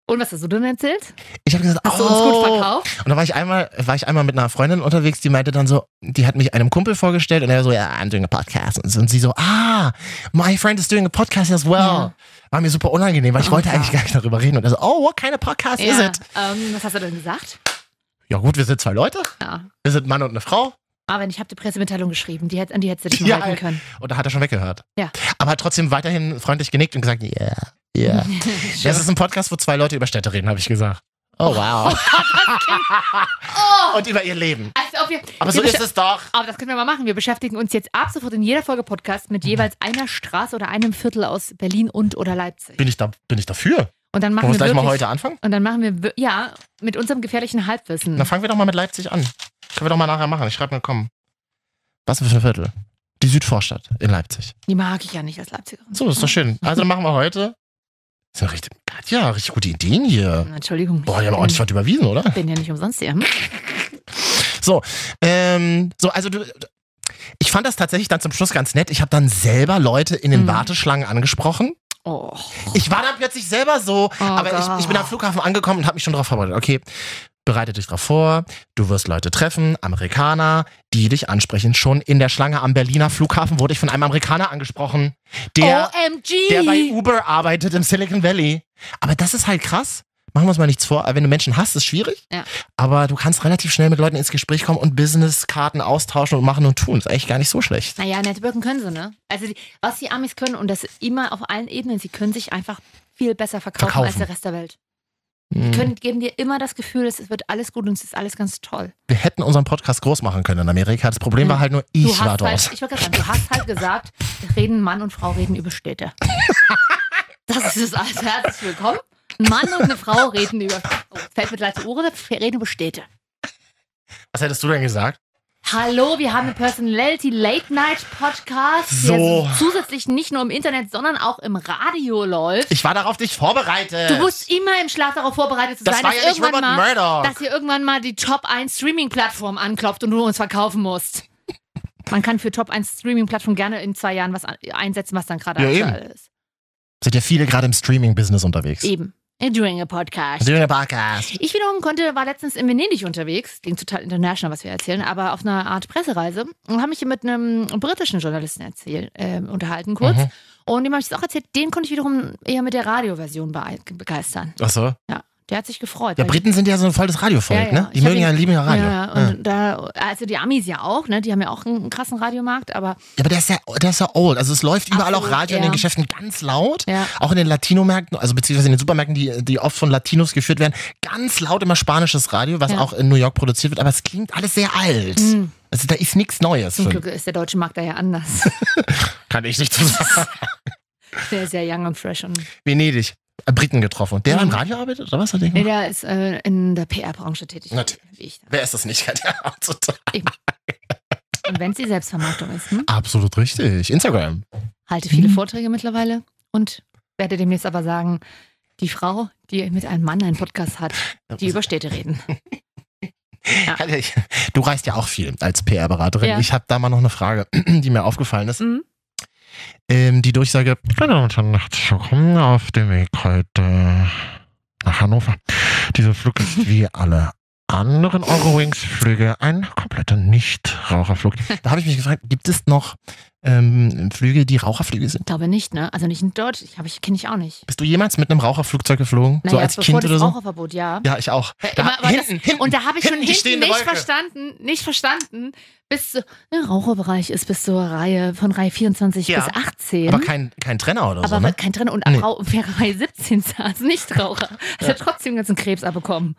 B: Und was hast du denn erzählt?
A: ich habe gesagt,
B: Hast
A: oh,
B: du uns gut verkauft?
A: Und da war ich einmal, war ich einmal mit einer Freundin unterwegs, die meinte dann so, die hat mich einem Kumpel vorgestellt und er so, ja, I'm doing a podcast. Und, so, und sie so, ah, my friend is doing a podcast as well.
B: Ja.
A: War mir super unangenehm, weil ich
B: Oh,
A: wollte
B: ja.
A: eigentlich gar nicht darüber reden. Und er so, oh, what kind of podcast is
B: Ja.
A: it?
B: Ähm, was hast du denn gesagt?
A: Ja gut, wir sind zwei Leute,
B: Ja.
A: wir sind ein Mann und eine Frau.
B: Aber ich habe die Pressemitteilung geschrieben, die hätt, an die hättest du dich mal
A: Ja.
B: halten können.
A: Und da hat er schon weggehört.
B: Ja.
A: Aber hat trotzdem weiterhin freundlich genickt und gesagt, yeah,
B: *laughs*
A: yeah. Das ist ein Podcast, wo zwei Leute über Städte reden, habe ich gesagt. Oh
B: *laughs*
A: wow. *laughs*
B: Oh,
A: und über ihr Leben.
B: als ob wir,
A: Aber so
B: wir besch-
A: ist es doch.
B: Aber das können wir mal machen. Wir beschäftigen uns jetzt ab sofort in jeder Folge Podcast mit jeweils einer Straße oder einem Viertel aus Berlin und oder Leipzig.
A: Bin ich, da, bin ich dafür?
B: Und dann machen
A: Wollen wir
B: wir
A: gleich
B: wirklich,
A: mal heute anfangen?
B: und dann machen wir wir- ja mit unserem gefährlichen Halbwissen.
A: Na, fangen wir doch mal mit Leipzig an. Können wir doch mal nachher machen. Ich schreibe mir, komm. Was für ein Viertel? Die Südvorstadt in Leipzig.
B: Die mag ich ja nicht als Leipzigerin.
A: So, ist doch schön. Also dann machen wir heute. Ist ja richtig, Katja, richtig gute Ideen hier.
B: Entschuldigung.
A: Boah, ich habe auch nicht
B: bin,
A: was überwiesen, oder?
B: bin ja nicht umsonst hier. Hm?
A: Ähm, so, also du. Ich fand das tatsächlich dann zum Schluss ganz nett. Ich habe dann selber Leute in den
B: Mhm.
A: Warteschlangen angesprochen.
B: Oh.
A: Ich war dann plötzlich selber so, aber ich,
B: Gott.
A: ich bin am Flughafen angekommen und habe mich schon darauf vorbereitet. Okay, Bereite dich darauf vor, du wirst Leute treffen, Amerikaner, die dich ansprechen. Schon in der Schlange am Berliner Flughafen wurde ich von einem Amerikaner angesprochen,
B: Oh,
A: der,
B: OMG!
A: der bei Uber arbeitet im Silicon Valley. Aber das ist halt krass. Machen wir uns mal nichts vor. Wenn du Menschen hast, ist schwierig.
B: Ja.
A: Aber du kannst relativ schnell mit Leuten ins Gespräch kommen und Businesskarten austauschen und machen und tun. Ist eigentlich gar nicht so schlecht.
B: Naja, networken können sie, ne? Also, die, was die Amis können, und das immer auf allen Ebenen, sie können sich einfach viel besser verkaufen,
A: Verkaufen.
B: als der Rest der Welt.
A: Hm.
B: Können, geben dir immer das Gefühl, es wird alles gut und es ist alles ganz toll.
A: Wir hätten unseren Podcast groß machen können in Amerika. Das Problem war halt nur,
B: Du
A: ich
B: hast
A: war
B: halt,
A: dort.
B: Ich wollte gerade sagen, du hast halt gesagt, reden Mann und Frau reden über
A: *laughs*
B: Städte. Das ist es also. Herzlich willkommen. Ein Mann und eine Frau reden über. Oh, fällt mir gleich die Uhr, reden über Städte.
A: Was hättest du denn gesagt?
B: Hallo, wir haben einen Personality Late Night Podcast,
A: So.
B: der zusätzlich nicht nur im Internet, sondern auch im Radio läuft.
A: Ich war darauf nicht vorbereitet.
B: Du wirst immer im Schlaf darauf vorbereitet zu
A: Äh. das
B: sein,
A: war
B: dass,
A: ja nicht
B: irgendwann
A: Robert
B: mal, dass
A: Murdoch.
B: hier irgendwann mal die Top 1 Streaming-Plattform anklopft und du uns verkaufen musst. Man kann für Top 1 Streaming-Plattform gerne in zwei Jahren was an- einsetzen, was dann gerade
A: Ja,
B: aktuell ist.
A: Sind ja viele gerade im Streaming-Business unterwegs.
B: Eben. Äh, During a podcast.
A: Doing a podcast.
B: Ich wiederum konnte, war letztens in Venedig unterwegs, klingt total international, was wir erzählen, aber auf einer Art Pressereise und habe mich mit einem britischen Journalisten erzähl, äh, unterhalten kurz.
A: Mhm.
B: Und dem habe ich das auch erzählt, den konnte ich wiederum eher mit der Radioversion bee- begeistern.
A: Ach so.
B: Der hat sich gefreut.
A: Ja,
B: weil die-
A: Briten sind ja so ein volles Radiovolk,
B: Ja, ja.
A: ne? Die
B: Ich hab
A: mögen ja,
B: ihn-
A: lieben ja Radio.
B: Ja, ja, und da, also die Amis ja auch, ne? Die haben ja auch einen krassen Radiomarkt, aber
A: Ja, aber der ist ja, der ist ja old. Also es läuft überall
B: Absolut,
A: auch Radio in
B: ja.
A: den Geschäften ganz laut.
B: Ja.
A: Auch in den Latinomärkten, also beziehungsweise in den Supermärkten, die, die oft von Latinos geführt werden, ganz laut immer spanisches Radio, was
B: Ja.
A: auch in New York produziert wird. Aber es klingt alles sehr alt.
B: Mhm.
A: Also da ist nichts Neues.
B: zum Glück ist der deutsche Markt da
A: *laughs*
B: ja anders.
A: Kann ich nicht so
B: *laughs*
A: sagen.
B: der ist ja young und fresh und
A: Venedig. Äh, Briten getroffen. Der
B: Mhm.
A: im Radio arbeitet oder was hat der
B: nee,
A: gemacht?
B: der ist äh, in der PR-Branche tätig.
A: Natürlich.
B: Wie ich.
A: Wer ist das nicht? Ja, total.
B: Und wenn es die Selbstvermarktung ist,
A: Ah.
B: hm?
A: Absolut richtig. Instagram. Mhm.
B: halte viele Vorträge mittlerweile und werde demnächst aber sagen, die Frau, die mit einem Mann einen Podcast hat,
A: Also
B: die
A: *laughs*
B: über Städte reden.
A: Du reist ja auch viel als PR-Beraterin.
B: Ja.
A: Ich habe da mal noch eine Frage, *clears throat* die mir aufgefallen ist.
B: Mhm.
A: Ähm, die Durchsage,
F: Meine Damen und Herren, herzlich willkommen auf dem Weg heute nach Hannover. Dieser Flug
B: *laughs*
F: ist wie alle anderen Eurowings-Flüge ein kompletter Nichtraucherflug.
A: da habe ich mich gefragt, gibt es noch ähm, Flüge, die Raucherflüge sind?
B: Ich glaube nicht, ne? Also nicht in Deutsch, ich, hab- ich kenne ich auch nicht.
A: Bist du jemals mit einem Raucherflugzeug geflogen? so als
B: bevor
A: Kind
B: das
A: oder so?
B: Raucherverbot, ja.
A: Ja, ich auch.
B: Ja,
A: Da,
B: immer- aber das-
A: hinten, hinten.
B: Und da habe ich
A: hinten
B: schon
A: die
B: hinten
A: stehende
B: nicht
A: Wolke.
B: verstanden, nicht verstanden, bis zu, ne, Raucherbereich ist bis zur Reihe, von Reihe 24
A: Ja,
B: bis 18.
A: aber kein, kein Trenner oder so,
B: aber
A: ne?
B: kein Trenner und
A: Nee.
B: Rau- wer Reihe 17 saß,
A: *laughs*
B: nicht Raucher, hat ja. trotzdem den ganzen Krebs abbekommen.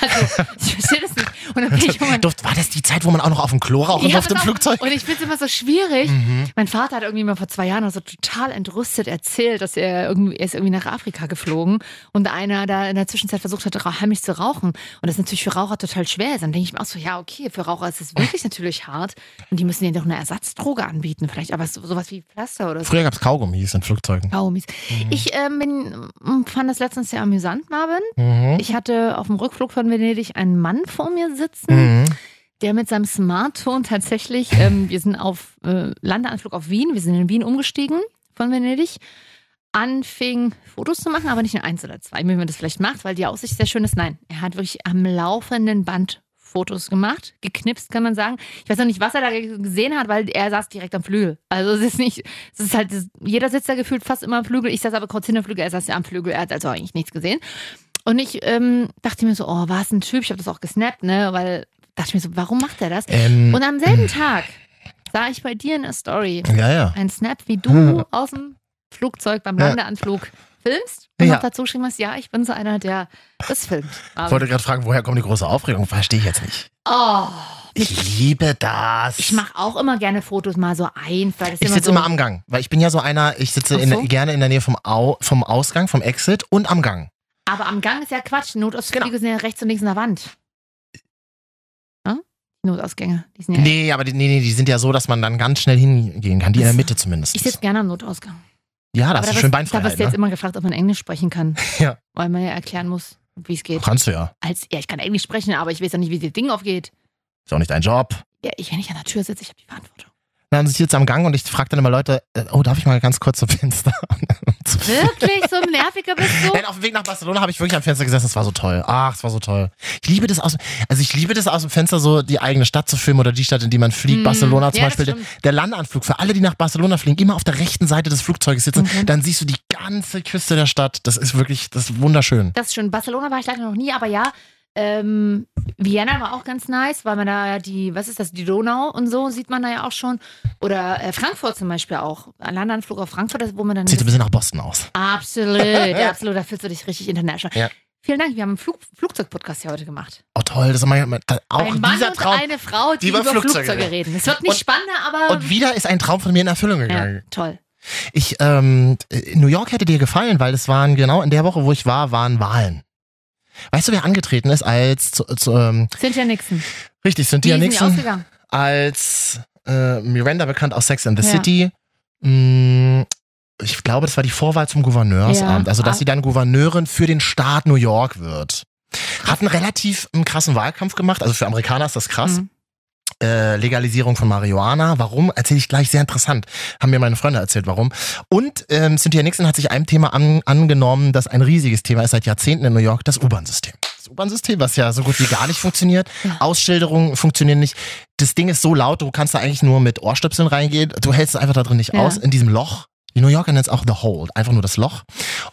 B: also, ich verstehe das nicht. Und dann
A: *laughs*
B: bin *laughs* ich irgendwann-
A: Durft, war das die Zeit, wo man auch noch auf dem Klo rauchen
B: Ja,
A: durfte im
B: pass auf.
A: Flugzeug? Mhm.
B: Und ich finde es immer so schwierig. Mein Vater hat irgendwie mal vor zwei Jahren so total entrüstet erzählt, dass er irgendwie, er ist irgendwie nach Afrika geflogen und einer da in der Zwischenzeit versucht hat, ra- heimlich zu rauchen. Und das ist natürlich für Raucher total schwer. Dann denke ich mir auch so, ja, okay, für Raucher ist es wirklich natürlich hart. Und die müssen denen doch eine Ersatzdroge anbieten, vielleicht, aber so, sowas wie Pflaster oder so.
A: Früher gab es Kaugummis in
B: *laughs*
A: Flugzeugen.
B: Kaugummis. Ich ähm, bin, fand das letztens sehr amüsant, Marvin.
A: Mhm.
B: Ich hatte auf dem Rückflug von Venedig einen Mann vor mir sitzen,
A: Mhm.
B: der mit seinem Smartphone tatsächlich, ähm, wir sind auf äh, Landeanflug auf Wien, wir sind in Wien umgestiegen von Venedig, anfing Fotos zu machen, aber nicht nur eins oder zwei, wie man das vielleicht macht, weil die Aussicht sehr schön ist. Nein, er hat wirklich am laufenden Band Fotos gemacht, geknipst kann man sagen. Ich weiß noch nicht, was er da ge- gesehen hat, weil er saß direkt am Flügel. Also es ist nicht, es ist halt, es- jeder sitzt da gefühlt fast immer am Flügel. Ich saß aber kurz hinter dem Flügel, er saß ja am Flügel, er hat also eigentlich nichts gesehen. Und ich ähm, dachte mir so, oh, war es ein Typ? Ich habe das auch gesnappt, ne? Weil dachte ich mir so, warum macht er das?
A: Ähm,
B: Und am selben Tag sah ich bei dir in der Story
A: ja, ja.
B: einen Snap, wie du aus dem Flugzeug beim
A: Hm. Ja.
B: Landeanflug filmst und
A: Ja.
B: noch dazu geschrieben hast, ja, ich bin so einer, der das filmt.
A: Ich
B: Aber,
A: wollte gerade fragen, woher kommt die große Aufregung? Verstehe ich jetzt nicht.
B: oh,
A: Ich liebe das.
B: ich mache auch immer gerne Fotos mal so ein, weil das
A: Ich
B: immer
A: sitze
B: so,
A: immer am Gang, weil ich bin ja so einer, ich sitze
B: Ach
A: in,
B: so.
A: gerne in der Nähe vom, Au, vom Ausgang, vom Exit und am Gang.
B: aber am Gang ist ja Quatsch. Notausflüge
A: Genau.
B: sind ja rechts und links an der Wand. Ja? Notausgänge, die sind ja
A: Nee, aber die, nee, nee, die sind ja so, dass man dann ganz schnell hingehen kann, die in der Mitte zumindest.
B: Ich sitze gerne am Notausgang.
A: ja, Ah, da
B: Aber
A: hast du
B: da
A: schön
B: wirst- Da
A: Beinfreiheit.
B: wirst du jetzt
A: Ne?
B: immer gefragt, ob man Englisch sprechen kann.
A: *laughs* Ja.
B: Weil man ja erklären muss, wie es geht.
A: Kannst du ja.
B: Als, ja, ich kann Englisch sprechen, aber ich weiß ja nicht, wie das Ding aufgeht.
A: Ist auch nicht dein Job.
B: Ja, ich, wenn ich an der Tür sitze, ich habe die Verantwortung.
A: dann sitze ich jetzt am Gang und ich frage dann immer Leute, äh, oh, darf ich mal ganz kurz zum Fenster? *laughs*
B: Wirklich? So ein nerviger bist du?
A: Nein, auf dem Weg nach Barcelona habe ich wirklich am Fenster gesessen, das war so toll. Ach, es war so toll. Ich liebe das aus, also ich liebe das aus dem Fenster, so die eigene Stadt zu filmen oder die Stadt, in die man fliegt.
B: Hm,
A: Barcelona zum
B: ja, das
A: Beispiel, der, der Landeanflug, für alle, die nach Barcelona fliegen, immer auf der rechten Seite des Flugzeuges sitzen,
B: Mhm.
A: dann siehst du die ganze Küste der Stadt. Das ist wirklich, das ist wunderschön.
B: Das ist schön. Barcelona war ich leider noch nie, aber ja. Ähm, Vienna war auch ganz nice, weil man da ja die, was ist das, die Donau und so sieht man da ja auch schon. Oder äh, Frankfurt zum Beispiel auch. Ein Landanflug auf Frankfurt, das- wo man dann.
A: Sieht so ein bisschen nach Boston aus. *laughs*
B: Absolut, absolut. Da fühlst du dich richtig international.
A: Ja.
B: Vielen Dank, wir haben einen Flug Flugzeug-Podcast hier heute gemacht.
A: Oh toll, das ist mein, auch
B: ein Mann
A: dieser
B: und
A: Traum.
B: eine Frau, die,
A: die über
B: über,
A: Flugzeuge
B: Flugzeuge,
A: reden.
B: reden. Es wird nicht
A: Und-
B: spannender, aber
A: Und wieder ist ein Traum von mir in Erfüllung gegangen.
B: ja, toll.
A: Ich, ähm, äh, New York hätte dir gefallen, weil es waren genau in der Woche, wo ich war, waren Wahlen. Weißt du, wer angetreten ist als, zu, zu, ähm,
B: Cynthia Nixon.
A: richtig,
B: Die
A: Cynthia
B: ist nicht
A: Nixon,
B: ausgegangen.
A: als äh, Miranda bekannt aus Sex and the
B: Ja.
A: City. Mm, Ich glaube, das war die Vorwahl zum Gouverneursamt.
B: Ja.
A: Also, dass
B: Ah.
A: sie dann Gouverneurin für den Staat New York wird. Hat einen relativ einen krassen Wahlkampf gemacht. Also für Amerikaner ist das krass.
B: Mhm.
A: äh, Legalisierung von Marihuana. Warum? Erzähle ich gleich. Sehr interessant. Haben mir meine Freunde erzählt, warum. Und ähm, Cynthia Nixon hat sich einem Thema an, angenommen, das ein riesiges Thema ist seit Jahrzehnten in New York, das U-Bahn-System. Das U-Bahn-System, was ja so gut wie gar nicht funktioniert.
B: Ja.
A: Ausschilderungen funktionieren nicht. Das Ding ist so laut, du kannst da eigentlich nur mit Ohrstöpseln reingehen. Du hältst es einfach da drin nicht
B: Ja.
A: aus, in diesem Loch. Die New Yorker nennen es auch The Hole, einfach nur das Loch.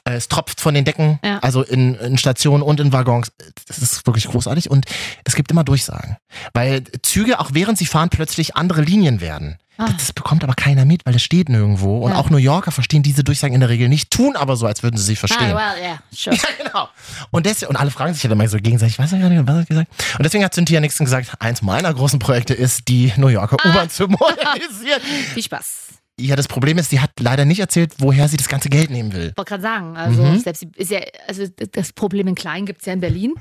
A: Äh, Es tropft von den Decken,
B: Ja.
A: also in, in Stationen und in Waggons. Das ist wirklich großartig und es gibt immer Durchsagen. Weil Züge, auch während sie fahren, plötzlich andere Linien werden.
B: Ah.
A: Das bekommt aber keiner mit, weil es steht nirgendwo. Und
B: Ja.
A: auch New Yorker verstehen diese Durchsagen in der Regel nicht, tun aber so, als würden sie sie
B: Ah,
A: verstehen.
B: well, yeah, sure.
A: *laughs* Ja, genau. Und, des, und alle fragen sich ja immer so gegenseitig, was hat er gerade was hat er gesagt? Und deswegen hat Cynthia Nixon gesagt, eins meiner großen Projekte ist, die New Yorker
B: Ah.
A: U-Bahn zu
B: *laughs*
A: modernisieren.
B: Viel Spaß.
A: Ja, das Problem ist, sie hat leider nicht erzählt, woher sie das ganze Geld nehmen
B: *laughs*
A: will.
B: wollte gerade sagen, also
A: Mhm.
B: selbst die- ist ja, also das Problem in Klein gibt es ja in Berlin.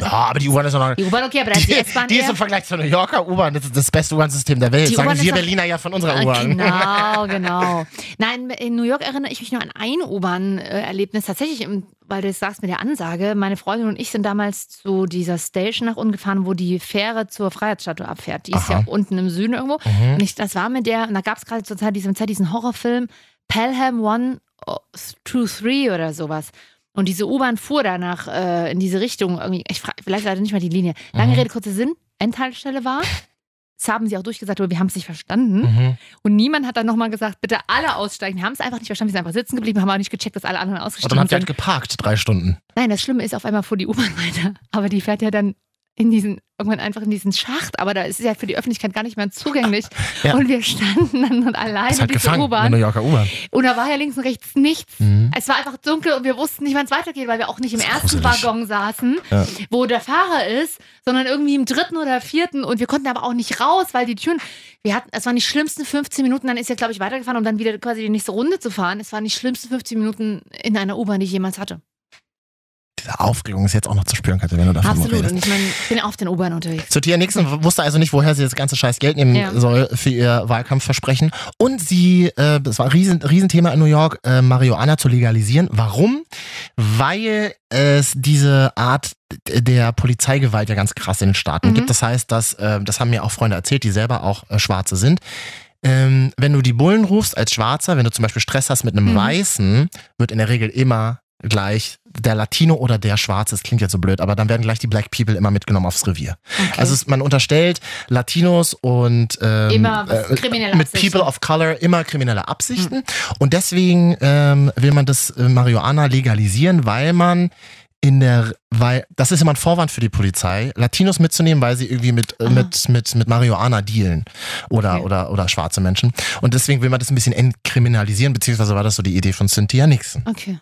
A: Ja, aber die U-Bahn ist doch noch...
B: Die U-Bahn, okay, aber da ist die
A: Die,
B: S-Bahn
A: die ist
B: eher-
A: im Vergleich zur New Yorker U-Bahn, das ist das beste U-Bahn-System der Welt.
B: Die
A: Sagen
B: U-Bahn
A: wir
B: ist doch-
A: Berliner ja von
B: Ah,
A: unserer U-Bahn.
B: Genau, genau. Nein, in New York erinnere ich mich nur an ein U-Bahn-Erlebnis. Tatsächlich, im- weil du das sagst mit der Ansage, meine Freundin und ich sind damals zu dieser Station nach unten gefahren, wo die Fähre zur Freiheitsstatue abfährt. Die ist
A: Aha.
B: ja unten im Süden irgendwo.
A: Mhm.
B: Und ich, das war mit der, und da gab es gerade zur Zeit, diesem Zeit diesen Horrorfilm Pelham 1 to 3 oder sowas. Und diese U-Bahn fuhr danach äh, in diese Richtung. Irgendwie, ich frag, vielleicht leider nicht mal die Linie. Lange
A: Mhm.
B: Rede, kurzer Sinn. Endhaltestelle war. Das haben sie auch durchgesagt, aber wir haben es nicht verstanden.
A: *laughs* Mhm.
B: Und niemand hat dann nochmal gesagt, bitte alle aussteigen. Wir haben es einfach nicht verstanden. Wir sind einfach sitzen geblieben, haben auch nicht gecheckt, dass alle anderen
A: Und dann
B: ausgestiegen
A: habt ihr halt
B: sind.
A: geparkt, drei Stunden.
B: Nein, das Schlimme ist, auf einmal fuhr die U-Bahn *laughs* weiter. Aber die fährt ja dann in diesen, irgendwann einfach in diesen Schacht. Aber da ist es ja für die Öffentlichkeit gar nicht mehr zugänglich.
A: Ja.
B: Und wir standen dann und
A: Das
B: alleine
A: hat
B: diese
A: halt gefangen, eine
B: U-Bahn.
A: New Yorker U-Bahn.
B: Und da war ja links und rechts nichts.
A: Mhm.
B: Es war einfach dunkel und wir wussten nicht, wann es weitergeht, weil wir auch nicht im
A: Das ist
B: ersten
A: gruselig.
B: Waggon saßen,
A: Ja.
B: wo der Fahrer ist, sondern irgendwie im dritten oder vierten und wir konnten aber auch nicht raus, weil die Türen, wir hatten, es waren die schlimmsten 15 Minuten, dann ist er, glaube ich, weitergefahren, um dann wieder quasi die nächste Runde zu fahren. Es waren die schlimmsten 15 Minuten in einer U-Bahn, die ich jemals hatte.
A: Diese Aufregung ist jetzt auch noch zu spüren, Katja, wenn du davon
B: Absolut.
A: redest.
B: Und ich meine, ich bin auf den U-Bahn unterwegs.
A: Sotia Nixon wusste also nicht, woher sie das ganze scheiß Geld nehmen
B: Ja.
A: soll für ihr Wahlkampfversprechen. Und sie, äh, das war ein Riesen, Riesenthema in New York, äh, Marihuana zu legalisieren. Warum? Weil es diese Art der Polizeigewalt ja ganz krass in den Staaten
B: Mhm.
A: gibt. Das heißt, dass, äh, das haben mir auch Freunde erzählt, die selber auch äh, Schwarze sind. Ähm, wenn du die Bullen rufst als Schwarzer, wenn du zum Beispiel Stress hast mit einem
B: Mhm.
A: Weißen, wird in der Regel immer gleich der Latino oder der Schwarze, das klingt jetzt so blöd, aber dann werden gleich die Black People immer mitgenommen aufs Revier.
B: Okay.
A: Also es, man unterstellt Latinos und ähm,
B: Immer was-
A: äh,
B: kriminelle
A: mit
B: Absichten. Hm.
A: People of Color immer kriminelle Absichten. Und deswegen ähm, will man das äh, Marihuana legalisieren, weil man in der, weil das ist immer ein Vorwand für die Polizei, Latinos mitzunehmen, weil sie irgendwie mit äh,
B: Aha.
A: mit mit mit Marihuana dealen oder
B: Okay.
A: oder oder schwarze Menschen. Und deswegen will man das ein bisschen entkriminalisieren, beziehungsweise war das so die Idee von Cynthia Nixon.
B: okay.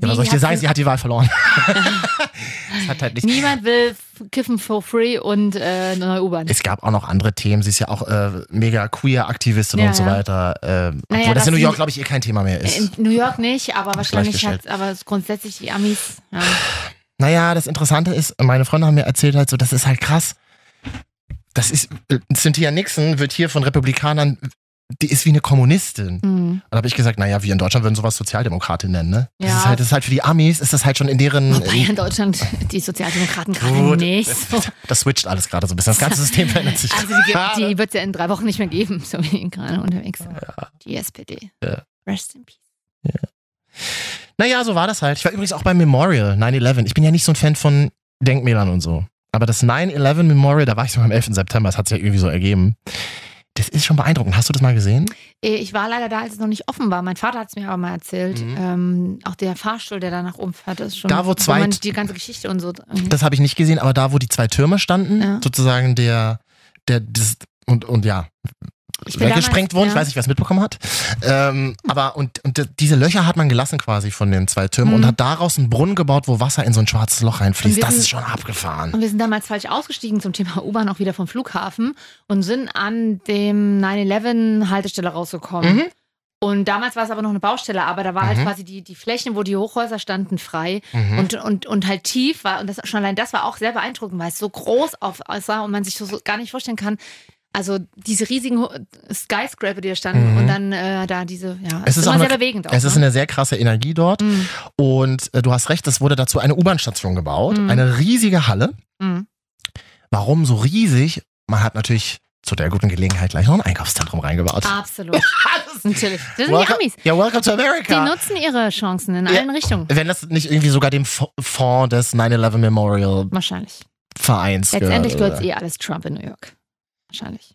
A: Ja,
B: Wie
A: was soll ich dir
B: hat
A: sagen?
B: sie-
A: Sie hat die Wahl verloren. *laughs* Es hat halt nicht
B: Niemand will f- kiffen for free und äh, eine neue U-Bahn.
A: Es gab auch noch andere Themen. Sie ist ja auch äh, mega queer-Aktivistin
B: Ja,
A: und so
B: ja.
A: weiter. Ähm,
B: Naja,
A: obwohl das
B: das
A: in New York,
B: sind- Äh,
A: glaube ich, ihr kein Thema mehr ist.
B: In New York nicht, aber wahrscheinlich
A: gleichgestellt.
B: hat aber grundsätzlich die Amis. Ja.
A: naja, das Interessante ist, meine Freunde haben mir erzählt, halt so, das ist halt krass. Das ist, äh, Cynthia Nixon wird hier von Republikanern die ist wie eine Kommunistin.
B: Mhm.
A: Und da habe ich gesagt, naja, wir in Deutschland würden sowas Sozialdemokratin nennen, ne? Das,
B: Ja.
A: ist halt, das ist halt für die Amis, ist das halt schon in deren.
B: Wobei in Deutschland die Sozialdemokraten gerade *laughs*
A: Gut.
B: nicht so.
A: Das switcht alles gerade so ein bisschen. Das ganze
B: *laughs*
A: System verändert sich.
B: Also die,
A: gerade.
B: die wird es ja in drei Wochen nicht mehr geben, so wie die gerade unterwegs sind. Die SPD.
A: Ja.
B: Rest in peace.
A: Naja, so war das halt. Ich war übrigens auch beim Memorial 9-11. Ich bin ja nicht so ein Fan von Denkmälern und so. Aber das 9-11 Memorial, da war ich sogar am 11. September, das hat sich ja irgendwie so ergeben. Das ist schon beeindruckend. Hast du das mal gesehen?
B: Äh, Ich war leider da, als es noch nicht offen war. Mein Vater hat es mir aber mal erzählt.
A: Mhm.
B: Ähm, auch der Fahrstuhl, der da nach oben fährt, ist schon.
A: Da, wo zwei-
B: man die ganze Geschichte und so. irgendwie-
A: Das habe ich nicht gesehen, aber da, wo die zwei Türme standen,
B: Ja.
A: sozusagen der, der, das, und, und ja,
B: Ich bin
A: weggesprengt
B: damals-
A: wurden.
B: ja.
A: Ich weiß nicht, wer es mitbekommen hat. Ähm, aber und, und d- diese Löcher hat man gelassen quasi von den zwei Türmen
B: Mhm.
A: und hat daraus einen Brunnen gebaut, wo Wasser in so ein schwarzes Loch reinfließt.
B: Und wir
A: Das
B: sind-
A: ist schon abgefahren.
B: Und wir sind damals falsch ausgestiegen zum Thema U-Bahn, auch wieder vom Flughafen und sind an dem 9-11-Haltestelle rausgekommen.
A: Mhm.
B: Und damals war es aber noch eine Baustelle, aber da war halt
A: Mhm.
B: quasi die, die Flächen, wo die Hochhäuser standen, frei
A: Mhm.
B: und, und, und halt tief war. Und das, schon allein das war auch sehr beeindruckend, weil es so groß auf- aussah und man sich so, so gar nicht vorstellen kann. Also diese riesigen Ho- Skyscraper, die da standen
A: Mhm.
B: und dann äh, da diese, ja,
A: Es ist auch
B: immer sehr
A: eine-
B: bewegend. Auch,
A: es ist
B: ne?
A: eine sehr krasse Energie dort
B: Mhm.
A: und äh, du hast recht, es wurde dazu eine U-Bahn-Station gebaut,
B: Mhm.
A: eine riesige Halle.
B: Mhm.
A: Warum so riesig? Man hat natürlich zu der guten Gelegenheit gleich noch ein Einkaufszentrum reingebaut.
B: Absolut. Natürlich. Das sind die
A: Welcome,
B: Amis.
A: *laughs* ja, welcome to America.
B: Die nutzen ihre Chancen in
A: Ja.
B: allen Richtungen.
A: Wenn das nicht irgendwie sogar dem F- Fonds des 9-11 Memorial
B: Wahrscheinlich.
A: Vereins
B: Letztendlich
A: gehört.
B: gehört eh alles Trump in New York. Wahrscheinlich.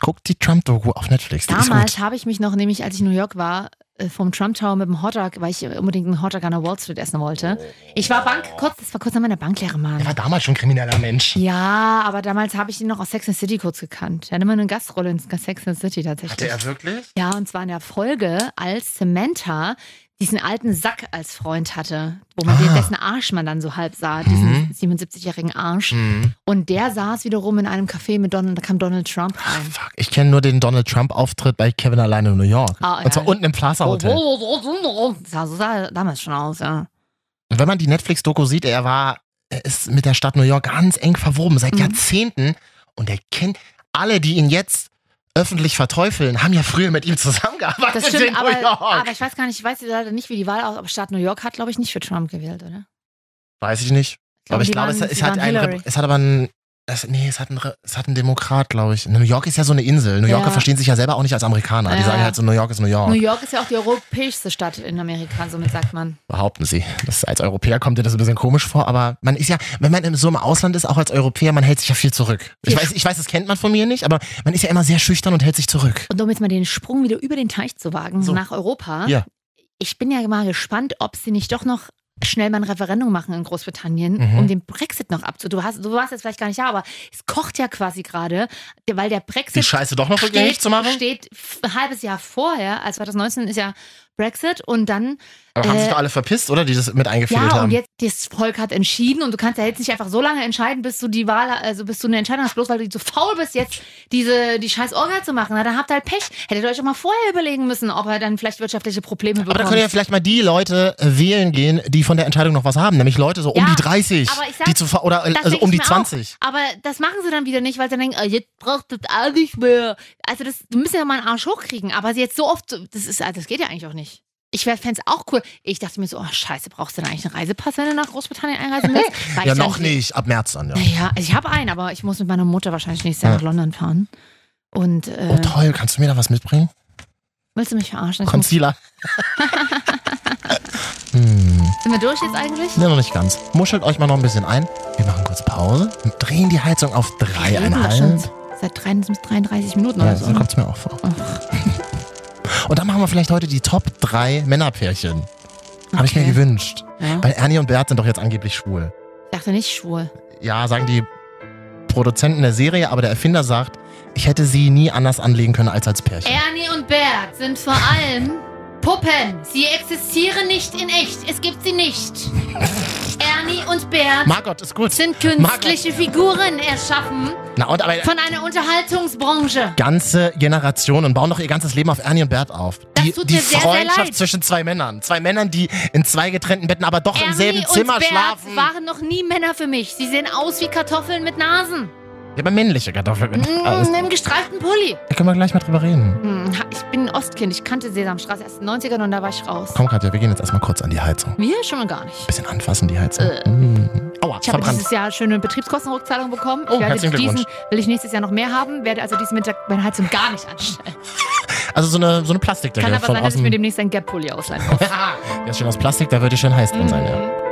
A: Guck die Trump-Doku auf Netflix. Die ist
B: Damals
A: gut.
B: habe ich mich noch, nämlich als ich in New York war, äh, vom Trump Tower mit dem Hotdog, weil ich äh, unbedingt einen Hotdog an der Wall Street essen wollte.
A: Oh.
B: Ich war Bank, kurz, das war kurz nach meiner Banklehre,
A: Er war
B: Mann.
A: damals schon ein krimineller Mensch.
B: Ja, aber damals habe ich ihn noch aus Sex and the City kurz gekannt. Er hat immer eine Gastrolle in Sex and the City tatsächlich.
A: wirklich?
B: Ja, und zwar in der Folge, als Samantha diesen alten Sack als Freund hatte, wo man
A: Ah.
B: den, dessen Arsch man dann so halb sah, diesen
A: Mhm.
B: 77-jährigen Arsch.
A: Mhm.
B: Und der saß wiederum in einem Café mit Donald, da kam Donald Trump rein.
A: Fuck, ich kenne nur den Donald Trump-Auftritt bei Kevin alleine in New York.
B: Ah, ja.
A: Und zwar unten im Plaza Hotel.
B: Oh, oh, oh, oh, oh. Sah, so sah er damals schon aus, ja.
A: Und wenn man die Netflix-Doku sieht, er war, er ist mit der Stadt New York ganz eng verwoben, seit
B: Mhm.
A: Jahrzehnten. Und er kennt alle, die ihn jetzt öffentlich verteufeln, haben ja früher mit ihm zusammengearbeitet
B: Das stimmt,
A: in New York.
B: aber, aber ich weiß gar nicht, ich weiß leider nicht, wie die Wahl aus, aber Staat New York hat, glaube ich, nicht für Trump gewählt, oder?
A: Weiß ich nicht. aber ich
B: die
A: glaube,
B: waren-
A: es,
B: die
A: es, hat
B: waren
A: ein, Re-
B: Hillary.
A: es hat aber ein. Es, nee, es hat, ein, Re- es hat ein Demokrat, glaube ich. New York ist ja so eine Insel. New Yorker
B: Ja.
A: verstehen sich ja selber auch nicht als Amerikaner. Die
B: Ja.
A: sagen halt so, New York ist New York.
B: New York ist ja auch die europäischste Stadt in Amerika, somit sagt man.
A: Behaupten sie. Das, als Europäer kommt dir das ein bisschen komisch vor, aber man ist ja, wenn man in so im Ausland ist, auch als Europäer, man hält sich ja viel zurück. Ich
B: Ja.
A: weiß, ich weiß, das kennt man von mir nicht, aber man ist ja immer sehr schüchtern und hält sich zurück.
B: Und um jetzt mal den Sprung wieder über den Teich zu wagen,
A: So.
B: nach Europa.
A: Ja.
B: Ich bin ja mal gespannt, ob sie nicht doch noch schnell mal ein Referendum machen in Großbritannien,
A: Mhm.
B: um den Brexit noch abzu... Du, hast, du warst jetzt vielleicht gar nicht da, aber es kocht ja quasi gerade, weil der Brexit...
A: Die Scheiße doch noch rückgängig zu machen?
B: Steht f- ein halbes Jahr vorher, also 2019 ist ja Brexit und dann,
A: Aber haben sich
B: äh,
A: doch alle verpisst, oder? Die das mit eingefädelt
B: ja,
A: haben.
B: und jetzt das Volk hat entschieden und du kannst ja jetzt nicht einfach so lange entscheiden, bis du die Wahl, also bis du eine Entscheidung hast, bloß weil du zu faul bist, jetzt diese, die scheiß Orga zu machen. Na, dann habt ihr halt Pech. Hättet ihr euch auch mal vorher überlegen müssen, ob er dann vielleicht wirtschaftliche Probleme bekommt.
A: aber da können ja vielleicht mal die Leute äh, wählen gehen, die von der Entscheidung noch was haben, nämlich Leute so um
B: Ja,
A: die 30,
B: aber ich sag-
A: die zu ver- oder äh,
B: das
A: also
B: denk
A: um
B: ich
A: die
B: mir auch.
A: 20.
B: Aber das machen sie dann wieder nicht, weil sie dann denken, ah, jetzt braucht das auch nicht mehr. Also das, du müssen ja mal einen Arsch hochkriegen. Aber sie jetzt so oft, so- das ist, also das geht ja eigentlich auch nicht. Ich fände es auch cool. Ich dachte mir so, oh scheiße, brauchst du denn eigentlich einen Reisepass, wenn du nach Großbritannien einreisen
A: *laughs*
B: willst? Weil
A: Ja,
B: ich
A: noch
B: dann-
A: nicht. Ab März dann, ja.
B: Naja, also ich habe einen, aber ich muss mit meiner Mutter wahrscheinlich nächstes Jahr
A: Ja.
B: nach London fahren. Und äh,
A: Oh, toll. Kannst du mir da was
B: *laughs*
A: mitbringen?
B: willst du mich verarschen? Ich muss, *laughs*
A: Concealer. hm.
B: sind wir durch jetzt eigentlich?
A: Ne, noch nicht ganz. Muschelt euch mal noch ein bisschen ein. Wir machen kurz Pause. und Drehen die Heizung auf
B: Wir reden doch schon
A: dreieinhalb.
B: Seit 33, 33 Minuten
A: Ja,
B: oder
A: so
B: so. ne?
A: kommt's mir auch vor. *laughs* Und dann machen wir vielleicht heute die Top 3 Männerpärchen. Habe ich mir
B: Okay.
A: gewünscht.
B: Ja.
A: Weil Ernie und Bert sind doch jetzt angeblich schwul.
B: Ich dachte nicht schwul.
A: Ja, sagen die Produzenten der Serie, aber der Erfinder sagt, ich hätte sie nie anders anlegen können als als Pärchen.
B: Ernie und Bert sind vor allem Puppen. Sie existieren nicht in echt. Es gibt
A: *laughs*
B: sie nicht. Ernie und Bert
A: Margot, ist gut.
B: sind künstliche Figuren erschaffen
A: Na und aber
B: von einer Unterhaltungsbranche.
A: ganze Generationen bauen doch ihr ganzes Leben auf Ernie und Bert auf.
B: Das
A: die
B: tut
A: die
B: mir sehr, sehr
A: Freundschaft
B: leid.
A: zwischen zwei Männern. Zwei Männern, die in zwei getrennten Betten, aber doch im selben
B: Ernie und
A: Zimmer
B: Bert
A: schlafen.
B: waren noch nie Männer für mich. Sie sehen aus wie Kartoffeln mit Nasen.
A: Ich habe männliche Kartoffeln mit. Alles.
B: Mm, Im gestreiften Pulli.
A: Da können wir gleich mal drüber reden.
B: Hm, ha- Ich bin ein Ostkind. Ich kannte Sesamstraße erst in den 90ern und da war ich raus.
A: Komm, Katja, wir gehen jetzt erstmal kurz an die Heizung.
B: Wir schon mal gar nicht.
A: Bisschen anfassen, die Heizung.
B: Äh.
A: Mm. Aua,
B: Ich habe
A: verbrannt.
B: dieses Jahr schöne Betriebskostenrückzahlung bekommen.
A: Oh,
B: ich werde
A: herzlichen
B: diesen,
A: Glückwunsch.
B: will ich nächstes Jahr noch mehr haben, werde also diesen Winter meine Heizung gar nicht anstellen.
A: Also so eine, so eine Plastikdecke.
B: Kann aber
A: von
B: sein, dass ich
A: außen-
B: mir demnächst ein Gap-Pulli ausleihen
A: *laughs*
B: muss.
A: Der ist schön aus Plastik, da wird ja schön heiß drin sein, ja.
B: Mm.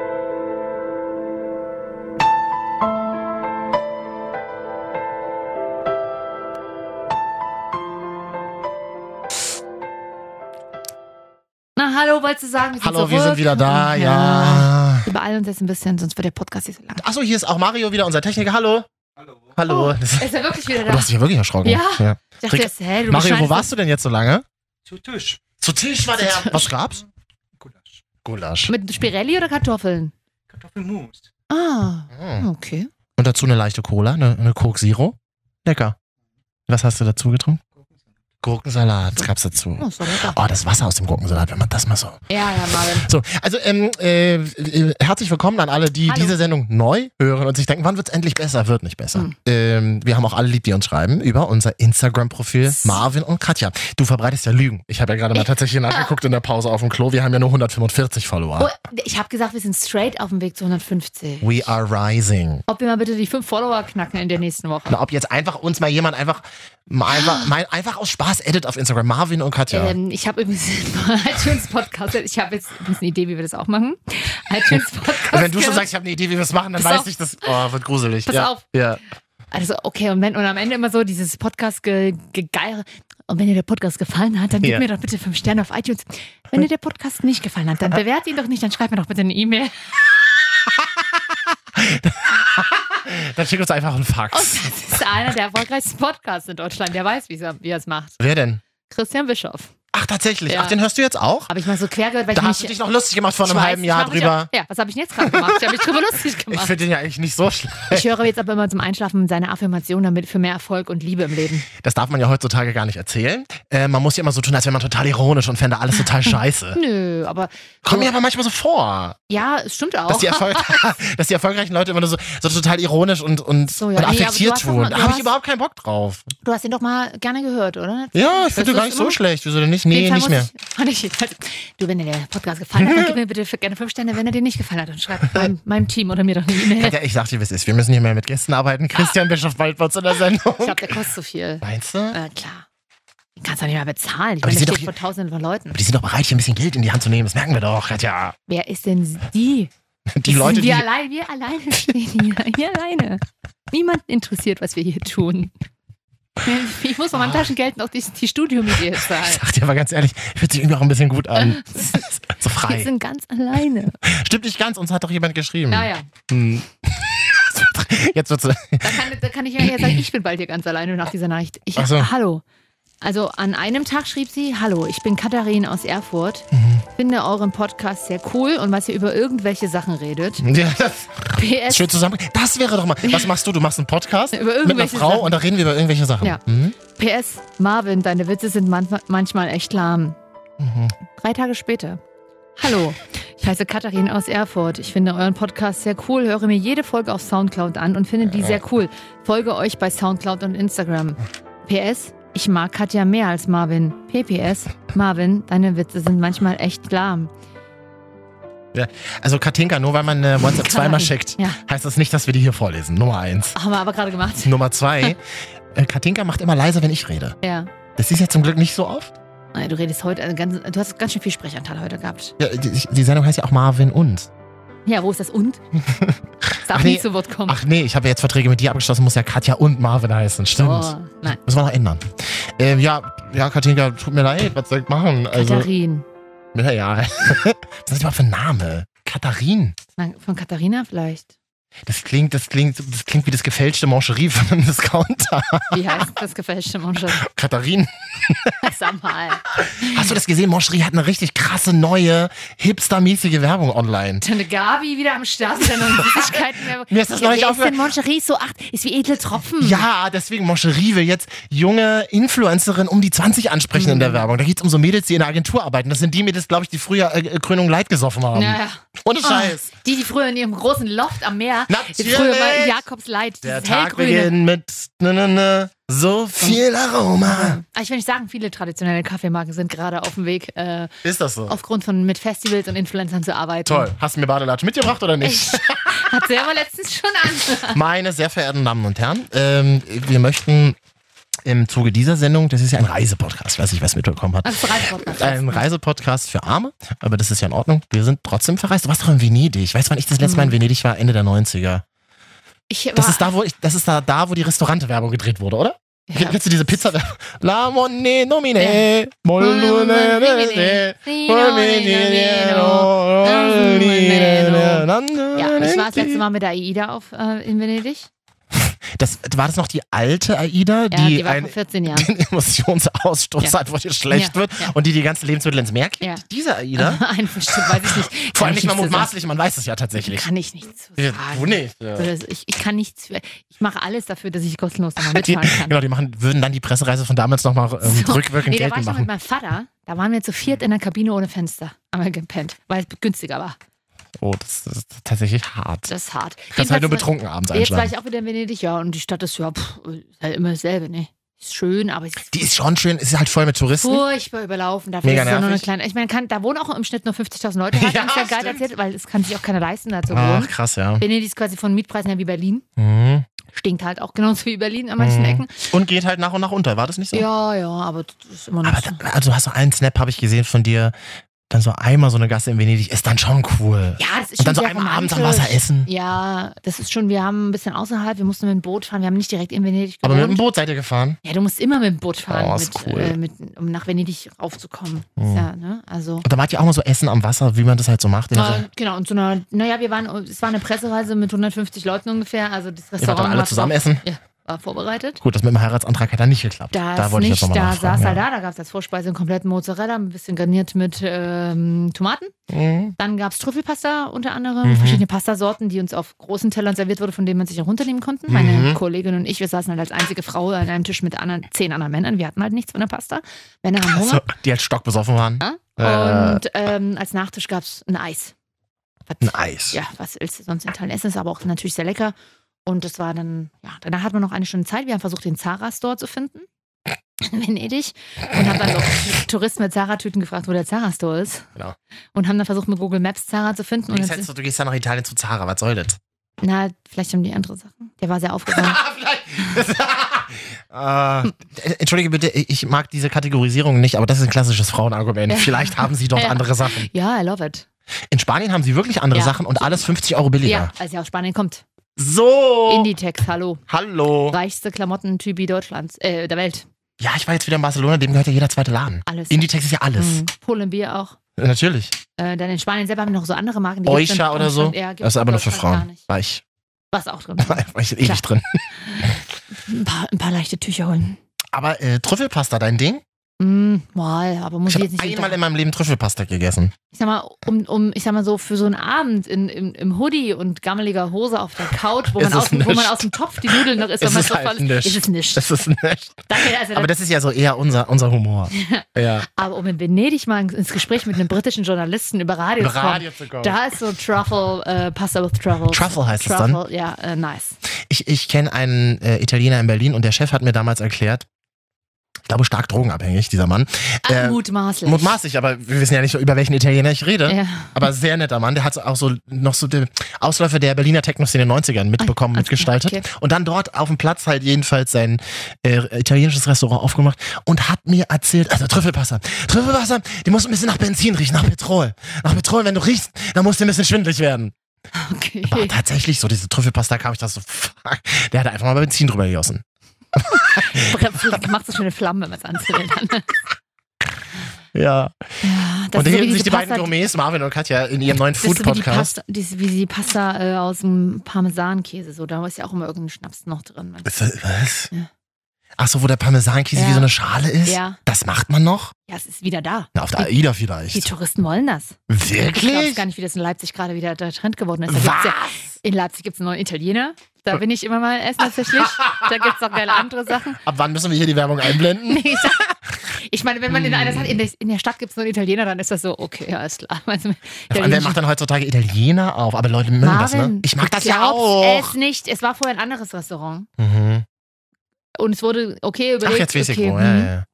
B: Na, hallo, wolltest du sagen, wir sind
A: Hallo,
B: zurück.
A: wir sind wieder da, ja.
B: Wir beeilen uns jetzt ein bisschen, sonst wird der Podcast hier so
A: *laughs*
B: lang.
A: Achso, hier ist auch Mario wieder, unser Techniker. Hallo. Hallo.
B: Oh,
A: Hallo. Das-
B: Ist er wirklich wieder
A: Du
B: da?
A: hast dich ja wirklich erschrocken.
B: Ja. Ich dachte,
A: Trick-
B: jetzt, hä, du
A: Mario, wo
B: beschneidest
A: warst du denn jetzt so lange?
E: Zu Tisch.
A: Zu Tisch war der Herr. Was gab's?
E: Gulasch.
A: Gulasch.
B: Mit Spirelli oder Kartoffeln?
E: Kartoffelmus.
B: Ah,
A: Mm.
B: okay.
A: Und dazu eine leichte Cola, eine, eine Coke Zero. Lecker. Was hast du dazu getrunken? Gurkensalat gab's dazu.
B: Oh, ist doch lecker.
A: Oh, das Wasser aus dem Gurkensalat, wenn man das mal so.
B: Ja, ja, Marvin.
A: So, also ähm, äh, äh, herzlich willkommen an alle, die
B: Hallo.
A: diese Sendung neu hören und sich denken, wann wird's endlich besser? Wird nicht besser.
B: Hm.
A: Ähm, wir haben auch alle lieb, die uns schreiben über unser Instagram-Profil Marvin und Katja. Du verbreitest ja Lügen. Ich habe ja gerade mal tatsächlich nachgeguckt in der Pause auf dem Klo. Wir haben ja nur 145
B: Oh,
A: Follower.
B: ich habe gesagt, wir sind straight auf dem Weg zu 150.
A: We are rising.
B: Ob wir mal bitte die fünf Follower knacken in der nächsten Woche.
A: Na, ob jetzt einfach uns mal jemand einfach, mal einfach, mal einfach aus Spaß edit auf Instagram Marvin und Katja.
B: Ah. Ähm, ich habe übrigens *laughs* iTunes Podcast. Ich habe jetzt übrigens eine Idee, wie wir das auch machen. iTunes Podcast.
A: also wenn du schon
B: genau.
A: sagst, ich habe eine Idee, wie wir es machen, dann
B: Pass
A: weiß
B: auf.
A: ich, das oh, wird gruselig.
B: Pass
A: ja.
B: auf.
A: Ja.
B: Also, okay, und, wenn, und am Ende immer so dieses Podcast ge, gegeire. Und wenn dir der Podcast gefallen hat, dann gib
A: Ja.
B: mir doch bitte fünf Sterne auf iTunes. Wenn dir der Podcast nicht gefallen hat, dann
A: Äh.
B: bewerte ihn doch nicht, dann schreib mir doch bitte eine E-Mail. *laughs*
A: Dann schick uns einfach einen
B: Und
A: Fax.
B: das ist einer der erfolgreichsten Podcasts in Deutschland. Der weiß, wie er wie er es macht.
A: Wer denn?
B: Christian Bischoff.
A: Ach, tatsächlich.
B: Ja.
A: Ach, den hörst du jetzt auch?
B: Habe ich mal so quer gehört, weil
A: Da
B: ich
A: hast du
B: mich.
A: dich noch lustig gemacht vor einem
B: Ich weiß,
A: halben
B: ich
A: Jahr
B: mach mich
A: drüber.
B: Auch, ja, was habe ich denn jetzt gerade gemacht? Ich habe mich
A: *laughs*
B: drüber lustig
A: Ich
B: gemacht.
A: finde den ja eigentlich nicht so schlecht.
B: Ich höre jetzt aber immer zum Einschlafen seine Affirmation damit für mehr Erfolg und Liebe im Leben.
A: Das darf man ja heutzutage gar nicht erzählen. Äh, man muss ja immer so tun, als wäre man total ironisch und fände alles
B: *laughs*
A: total scheiße.
B: Nö, aber.
A: Kommt mir aber manchmal so vor,
B: Ja, es stimmt auch.
A: dass die, Erfolg *laughs* dass die erfolgreichen Leute immer nur so, so total ironisch und, und,
B: So, ja.
A: und
B: Nee, aber du
A: affektiert
B: hast doch
A: tun.
B: mal- du
A: Da habe ich
B: hast-
A: überhaupt keinen Bock drauf.
B: Du hast ihn doch mal gerne gehört, oder?
A: Ja, ich
B: Hörst
A: finde
B: du's
A: gar nicht so
B: immer?
A: schlecht. Wieso denn nicht?
B: Auf jeden
A: Nee,
B: Fall
A: nicht mehr.
B: muss Ich, fand ich *laughs* jedenfalls. Du, wenn dir der Podcast gefallen hat, dann gib mir bitte für gerne fünf Sterne. Wenn er dir nicht gefallen hat, dann
A: Äh.
B: schreib meinem, meinem Team oder mir doch eine E-Mail.
A: Ja, ich sag dir, wie es ist. Wir müssen hier mehr mit Gästen arbeiten. Christian Bischof bald bei uns in der Sendung.
B: Ich glaube, der kostet so viel.
A: Meinst du?
B: Äh, klar. Den kannst du doch nicht mal bezahlen. Ich
A: Aber die
B: meine,
A: sind
B: der
A: doch
B: steht
A: hier-
B: vor tausenden von Leuten.
A: Aber die sind doch bereit, hier ein bisschen Geld in die Hand zu nehmen. Das merken wir doch, Katja.
B: Wer ist denn die?
A: Die
B: Das
A: Leute,
B: sind
A: die
B: wir allein, wir alleine stehen
A: *laughs*
B: hier. Wir alleine. Niemand interessiert, was wir hier tun. Ich muss von meinem Taschengeld noch die, die Studiumidee
A: Ich
B: zahlen.
A: sag dir aber ganz ehrlich, fühlt sich irgendwie auch ein bisschen gut
B: *laughs*
A: an. so
B: Wir
A: frei.
B: sind ganz alleine.
A: Hm. Stimmt nicht ganz, uns hat doch jemand geschrieben.
B: Naja,
A: Hm. Jetzt
B: *laughs*
A: wird's.
B: da kann, da kann ich ja jetzt sagen, ich bin bald hier ganz alleine nach dieser Nachricht. Ich,
A: Ach so.
B: Hallo. Also an einem Tag schrieb sie, hallo, ich bin Katharin aus Erfurt,
A: Mhm.
B: finde euren Podcast sehr cool und was ihr über irgendwelche Sachen redet.
A: Ja, *laughs* das
B: PS,
A: ist schön zusammen. Das wäre doch mal. Was machst du? Du machst einen Podcast
B: Über
A: mit einer
B: irgendwelche
A: Frau
B: Sachen.
A: und da reden wir über irgendwelche Sachen.
B: Ja.
A: Mhm.
B: PS, Marvin, deine Witze sind manchmal, manchmal echt lahm.
A: Mhm.
B: Drei Tage später. Hallo, ich heiße Katharin aus Erfurt. Ich finde euren Podcast sehr cool, höre mir jede Folge auf Soundcloud an und finde die sehr cool. Folge euch bei Soundcloud und Instagram. PS, ich mag Katja mehr als Marvin. PPS, Marvin, deine Witze sind manchmal echt lahm.
A: Also Katinka, nur weil man eine WhatsApp
B: Kann
A: zweimal
B: sein.
A: schickt,
B: Ja.
A: heißt das nicht, dass wir die hier vorlesen. Nummer eins.
B: Haben wir aber gerade gemacht.
A: Nummer
B: *laughs*
A: zwei. äh, Katinka macht immer leiser, wenn ich rede.
B: Ja.
A: Das ist ja zum Glück nicht so oft.
B: Naja, Du redest heute, äh, ganz, du hast ganz schön viel Sprechanteil heute gehabt.
A: Ja, die, die Sendung heißt ja auch Marvin und.
B: Oh Ja, wo ist
A: *laughs*
B: das und? Das darf
A: Ach nee.
B: nicht zu Wort kommen.
A: Ach nee, ich habe jetzt Verträge mit dir abgeschlossen, muss ja Katja und Marvin heißen. Stimmt.
B: oh, nein.
A: Müssen wir noch ändern. Ähm, ja, ja, Katinka, tut mir leid, was soll ich machen? Also,
B: Katharin.
A: ja, ja. *laughs* Was ist das überhaupt für ein Name? Katharin.
B: Na, von Katharina vielleicht.
A: Das klingt, das klingt, das klingt wie das gefälschte Mancherie von einem *laughs* Discounter.
B: Wie heißt das gefälschte Mannschaft?
A: Katharin.
B: *laughs* Sag mal.
A: Hast du das gesehen? Mancherie hat eine richtig krasse, neue, hipstermäßige Werbung online.
B: Tante Gabi wieder am Start mit seiner *laughs* Süßigkeiten.
A: Mir ist das neulich
B: Wer
A: aufgefallen.
B: Ist denn Mancherie so acht? Ist wie edle Tropfen.
A: Ja, deswegen Mancherie will jetzt junge Influencerinnen um die 20 ansprechen in der Werbung. Da geht's um so Mädels, die in der Agentur arbeiten. Das sind die Mädels, glaube ich, die früher äh, Krönung Leid gesoffen haben.
B: Naja.
A: Ohne Scheiß.
B: Die, die früher in ihrem großen Loft am Meer ja.
A: Natürlich.
B: Früher mal Jakobs Leid,
A: Der
B: dieses
A: Tag
B: hellgrüne.
A: beginnt mit ne, ne, ne, so viel Aroma.
B: Ah, Ich will nicht sagen, viele traditionelle Kaffeemarken sind gerade auf dem Weg, äh,
A: Ist das so?
B: aufgrund von mit Festivals und Influencern zu arbeiten.
A: Toll. Hast du mir Badelatsche mitgebracht oder nicht?
B: Ich *laughs* hat selber letztens schon an.
A: Meine sehr verehrten Damen und Herren, ähm, wir möchten im Zuge dieser Sendung, das ist ja ein Reisepodcast, weiß nicht, wer es mitbekommen hat.
B: Also, Das ist
A: Ein
B: ein Reisepodcast.
A: Reisepodcast für Arme, aber das ist ja in Ordnung. Wir sind trotzdem verreist. Du warst doch in Venedig. Weißt du, wann ich das letzte Mal in Venedig war? Ende der 90er.
B: Ich Mhm. war,
A: Das ist da, wo, ich, das ist da, da, wo die Restaurante-Werbung gedreht wurde, oder?
B: Ja.
A: Kennst du diese Pizza? La monne nomine, molune,
B: Ja,
A: ja,
B: ich war das letzte Mal mit der AIDA auf, äh, in Venedig.
A: Das, war das noch die alte AIDA,
B: Ja, die,
A: die,
B: war
A: einen
B: vor 14 Jahren.
A: *laughs* den Emotionsausstoß
B: Ja.
A: hat, wo dir schlecht
B: Ja,
A: wird
B: ja.
A: und die die ganzen Lebensmittel ins Meer kippt?
B: Ja.
A: Diese AIDA?
B: Ein bestimmt, weiß ich nicht.
A: Vor allem
B: Kann ich
A: nicht mal
B: nichts zu
A: mutmaßlich, man weiß es ja
B: sagen.
A: tatsächlich.
B: Kann ich nichts zu
A: Ja,
B: sagen.
A: Du nicht. Ja.
B: Also das- Ich, ich kann nichts für, ich mache alles dafür, dass ich kostenlos nochmal
A: Die,
B: mitfahren kann.
A: genau, die machen, würden dann die Pressereise von damals nochmal ähm,
B: So.
A: rückwirkend
B: Nee, da war
A: geltend
B: ich noch
A: machen.
B: mit meinem Vater, da waren wir zu viert in der Kabine ohne Fenster. Haben wir gepennt, weil es günstiger war.
A: Oh, das ist tatsächlich hart.
B: Das ist hart.
A: Kannst halt nur
B: Jedenfalls-
A: betrunken abends
B: Jetzt war
A: einschlafen.
B: ich auch wieder in Venedig, ja, und die Stadt ist ja pff, ist halt immer dasselbe, ne? Ist schön, aber es ist
A: Die ist schon schön, ist halt voll mit Touristen.
B: furchtbar überlaufen. Dafür
A: Mega
B: ist es ja nur eine
A: nervig.
B: kleine. Ich meine, kann, da wohnen auch im Schnitt nur 50.000 Leute,
A: *laughs*
B: hat
A: Ja,
B: uns ja geil
A: stimmt.
B: erzählt, weil es kann sich auch keiner leisten, da zu
A: Ach,
B: wohnen.
A: krass, ja.
B: Venedig ist quasi von Mietpreisen her wie Berlin.
A: Mhm.
B: Stinkt halt auch genauso wie Berlin an manchen
A: Mhm.
B: Ecken.
A: Und geht halt nach und nach unter, war das nicht so?
B: Ja, ja, aber das ist immer noch.
A: Aber
B: so.
A: da, also du hast so einen Snap, habe ich gesehen von dir, dann so einmal so eine Gasse in Venedig, ist dann schon cool.
B: Ja, das
A: Und
B: ist schon
A: dann so
B: sehr
A: einmal abends am
B: romantisch.
A: Wasser essen.
B: Ja, das ist schon, wir haben ein bisschen außerhalb, wir mussten mit dem Boot fahren, wir haben nicht direkt in Venedig gewohnt.
A: Aber mit dem Boot seid ihr gefahren?
B: Ja, du musst immer mit dem Boot fahren,
A: Oh, ist
B: mit,
A: cool.
B: äh, mit, um nach Venedig raufzukommen.
A: Mhm.
B: Ja, ne? Also.
A: Und da wart ihr auch mal so Essen am Wasser, wie man das halt so macht. In
B: Na,
A: der-
B: genau, und so einer, naja, wir waren, es war eine Pressereise mit 150 Leuten ungefähr, also das
A: ihr wart
B: Restaurant
A: dann alle
B: war,
A: zusammen essen.
B: war vorbereitet.
A: Gut, das mit dem Heiratsantrag hat dann nicht geklappt.
B: Das
A: da wollte
B: nicht,
A: ich jetzt nochmal
B: da saß
A: nachfragen.
B: er da, da gab es als Vorspeise einen kompletten Mozzarella, ein bisschen garniert mit ähm, Tomaten.
A: ja. Mhm.
B: Dann gab es Trüffelpasta unter anderem,
A: Mhm.
B: verschiedene Pastasorten, die uns auf großen Tellern serviert wurde, von denen man sich auch runternehmen konnte. Meine
A: Mhm.
B: Kollegin und ich, wir saßen halt als einzige Frau an einem Tisch mit anderen, zehn anderen Männern. Wir hatten halt nichts von der Pasta. Männer haben
A: So,
B: Hunger.
A: die halt stockbesoffen waren. Äh.
B: Und ähm, als Nachtisch gab es ein Eis. Was-
A: Ein Eis.
B: ja, was willst du sonst in Italien essen? Ist aber auch natürlich sehr lecker. Und das war dann, ja, danach hat man noch eine Stunde Zeit. Wir haben versucht, den Zara-Store zu finden *laughs* in Venedig und haben dann so Touristen mit Zara-Tüten gefragt, wo der Zara-Store ist.
A: Genau.
B: Und haben dann versucht, mit Google Maps Zara zu finden.
A: Du,
B: Und
A: gehst
B: dann
A: jetzt,
B: sind,
A: du gehst dann nach Italien zu Zara, was soll das?
B: na, vielleicht haben die andere Sachen. Der war sehr
A: *laughs*
B: aufgeräumt.
A: Ah, vielleicht. Ah, äh, Entschuldige bitte, ich mag diese Kategorisierung nicht, aber das ist ein klassisches Frauenargument.
B: Ja.
A: Vielleicht haben sie dort
B: Ja.
A: andere Sachen.
B: ja, I love it.
A: In Spanien haben sie wirklich andere
B: Ja.
A: Sachen und alles 50 Euro billiger.
B: Ja, als ihr aus Spanien kommt.
A: So.
B: Inditex, hallo.
A: Hallo.
B: Reichste Klamottentypi Deutschlands, äh, der Welt.
A: Ja, ich war jetzt wieder in Barcelona, dem gehört ja jeder zweite Laden.
B: Alles.
A: Inditex ist ja alles.
B: Mhm. Polenbier auch.
A: Natürlich.
B: Äh, dann in Spanien selber haben wir noch so andere Marken. die gibt's in
A: Oisha oder so.
B: Deutschland- Ja, gibt's
A: Das ist
B: in
A: aber nur für
B: Deutschland gar
A: Frauen.
B: nicht.
A: War ich, *laughs*
B: Was auch drin.
A: war ich ewig
B: Klar.
A: drin.
B: ein paar, ein paar leichte Tücher holen.
A: Aber äh, Trüffelpasta, dein Ding?
B: Mm, mal, aber muss
A: Ich
B: ich,
A: habe
B: jetzt nicht.
A: einmal
B: unter-
A: in meinem Leben Trüffelpasta gegessen.
B: ich sag mal, um, um, ich sag mal so, für so einen Abend in, im, im Hoodie und gammeliger Hose auf der Couch, wo
A: Es *laughs*
B: man,
A: ist
B: aus, dem- wo man
A: nischt.
B: aus dem Topf die Nudeln noch isst,
A: Es
B: wenn man
A: ist
B: so
A: halt
B: voll
A: nischt.
B: ist es nicht.
A: Das ist nicht.
B: Danke, also
A: Aber
B: aber,
A: das ist ja so eher unser, unser
B: *laughs*
A: Humor. ja.
B: aber um in Venedig mal ins Gespräch mit einem britischen Journalisten über Radio, zu kommen,
A: Radio zu kommen.
B: da ist so Truffle, äh, Pasta with Truffle.
A: Truffle heißt es
B: Truffle, ja, äh, nice.
A: Ich, ich kenne einen äh, Italiener in Berlin und der Chef hat mir damals erklärt, ich glaube stark drogenabhängig, dieser Mann.
B: Ach,
A: Äh,
B: Ah, mutmaßlich.
A: Mutmaßlich, aber wir wissen ja nicht, über welchen Italiener ich rede.
B: Ja.
A: Aber sehr netter Mann. Der hat so auch so noch so die Ausläufer der Berliner Techno-Szene in den 90ern mitbekommen,
B: Ah, okay,
A: mitgestaltet.
B: okay.
A: Und dann dort auf dem Platz halt jedenfalls sein äh, italienisches Restaurant aufgemacht und hat mir erzählt, also Trüffelpasta. Trüffelpasta, die muss ein bisschen nach Benzin riechen, nach Petrol. Nach Petrol, wenn du riechst, dann musst du ein bisschen schwindelig werden.
B: Okay. *laughs*
A: War tatsächlich so, diese Trüffelpasta kam ich da so, fuck, der hat einfach mal Benzin drüber gegossen.
B: Macht so schöne Flammen, wenn man es anzündet.
A: Ja.
B: Ja,
A: und da
B: das ist so wie
A: hielten sich
B: diese
A: die beiden
B: Pasta-
A: Gourmets, Marvin und Katja, in ihrem neuen
B: Das ist so wie die
A: Food-Podcast.
B: Pasta- die- Wie die Pasta äh, aus dem Parmesankäse, so da ist ja auch immer irgendein Schnaps noch drin.
A: Ist das- Äh, Was?
B: Ja.
A: Ach so, wo der Parmesankäse
B: Ja.
A: wie so eine Schale ist?
B: Ja,
A: Das macht man noch?
B: ja, es ist wieder da.
A: Na, auf der AIDA vielleicht.
B: Die Touristen wollen das. Ich
A: Wirklich?
B: weiß gar nicht, wie das in Leipzig gerade wieder der Trend geworden ist. Da gibt's ja, in Leipzig gibt es einen neuen Italiener. Da bin ich immer
A: *laughs*
B: mal essen tatsächlich. Da gibt es auch geile andere Sachen. *laughs*
A: Ab wann müssen wir hier die Werbung einblenden?
B: Nee, ich sag, Ich meine, wenn man in einer Stadt, in der, in der Stadt gibt es nur einen Italiener, dann ist das so, okay, ja, ist klar. *laughs* Also,
A: Vor allem, Wer macht dann heutzutage Italiener auf? Aber Leute mögen das, ne?
B: Marvin,
A: Ich mag
B: du
A: das ja
B: glaubst
A: auch.
B: Es nicht. Es war vorher ein anderes Restaurant.
A: Mhm.
B: Und es wurde, okay,
A: Ach,
B: überlegt.
A: jetzt weiß ich
B: okay,
A: wo.
B: hm,
A: Ja, ja, ja.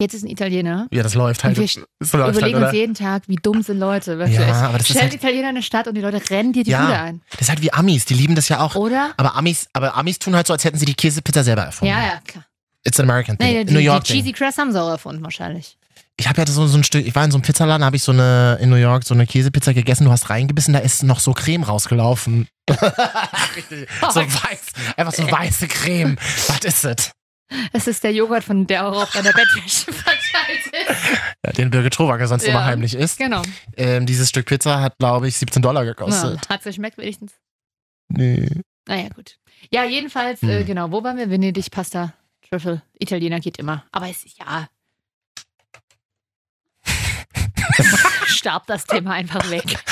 B: Jetzt ist ein Italiener.
A: ja, das läuft halt.
B: Und wir
A: Das läuft halt,
B: Überlegen
A: oder?
B: uns jeden Tag, wie dumm sind Leute, wirklich.
A: Ja, aber das ist
B: Stell
A: halt,
B: Italiener in eine Stadt und die Leute rennen dir die
A: Ja.
B: Bude ein.
A: das ist halt wie Amis. Die lieben das ja auch.
B: Oder?
A: Aber Amis, aber Amis tun halt so, als hätten sie die Käsepizza selber erfunden.
B: Ja, ja, klar.
A: It's an American thing.
B: Nee, die,
A: New York
B: die
A: thing.
B: Cheesy Crust haben sie auch erfunden, wahrscheinlich.
A: Ich habe ja so, so ein Stück, ich war in so einem Pizzaladen, habe ich so eine in New York so eine Käsepizza gegessen, du hast reingebissen, da ist noch so Creme rausgelaufen. *laughs* Richtig.
B: Oh
A: So weiß, einfach so weiße
B: *laughs*
A: Creme. Was ist das?
B: Es ist der Joghurt, von der auch auf deiner Bettwäsche *laughs* verteilt ist.
A: Ja, den Birgit Trowager sonst
B: Ja.
A: immer heimlich isst.
B: Genau.
A: Ähm, dieses Stück Pizza hat, glaube ich, 17 Dollar
B: Ja,
A: gekostet.
B: hat es schmeckt wenigstens.
A: Nee.
B: Naja, gut. Ja, jedenfalls, äh,
A: Hm.
B: genau, wo waren wir? Venedig, Pasta, Trüffel, Italiener geht immer. Aber es
A: *laughs*
B: ist ja. Starb das Thema einfach weg.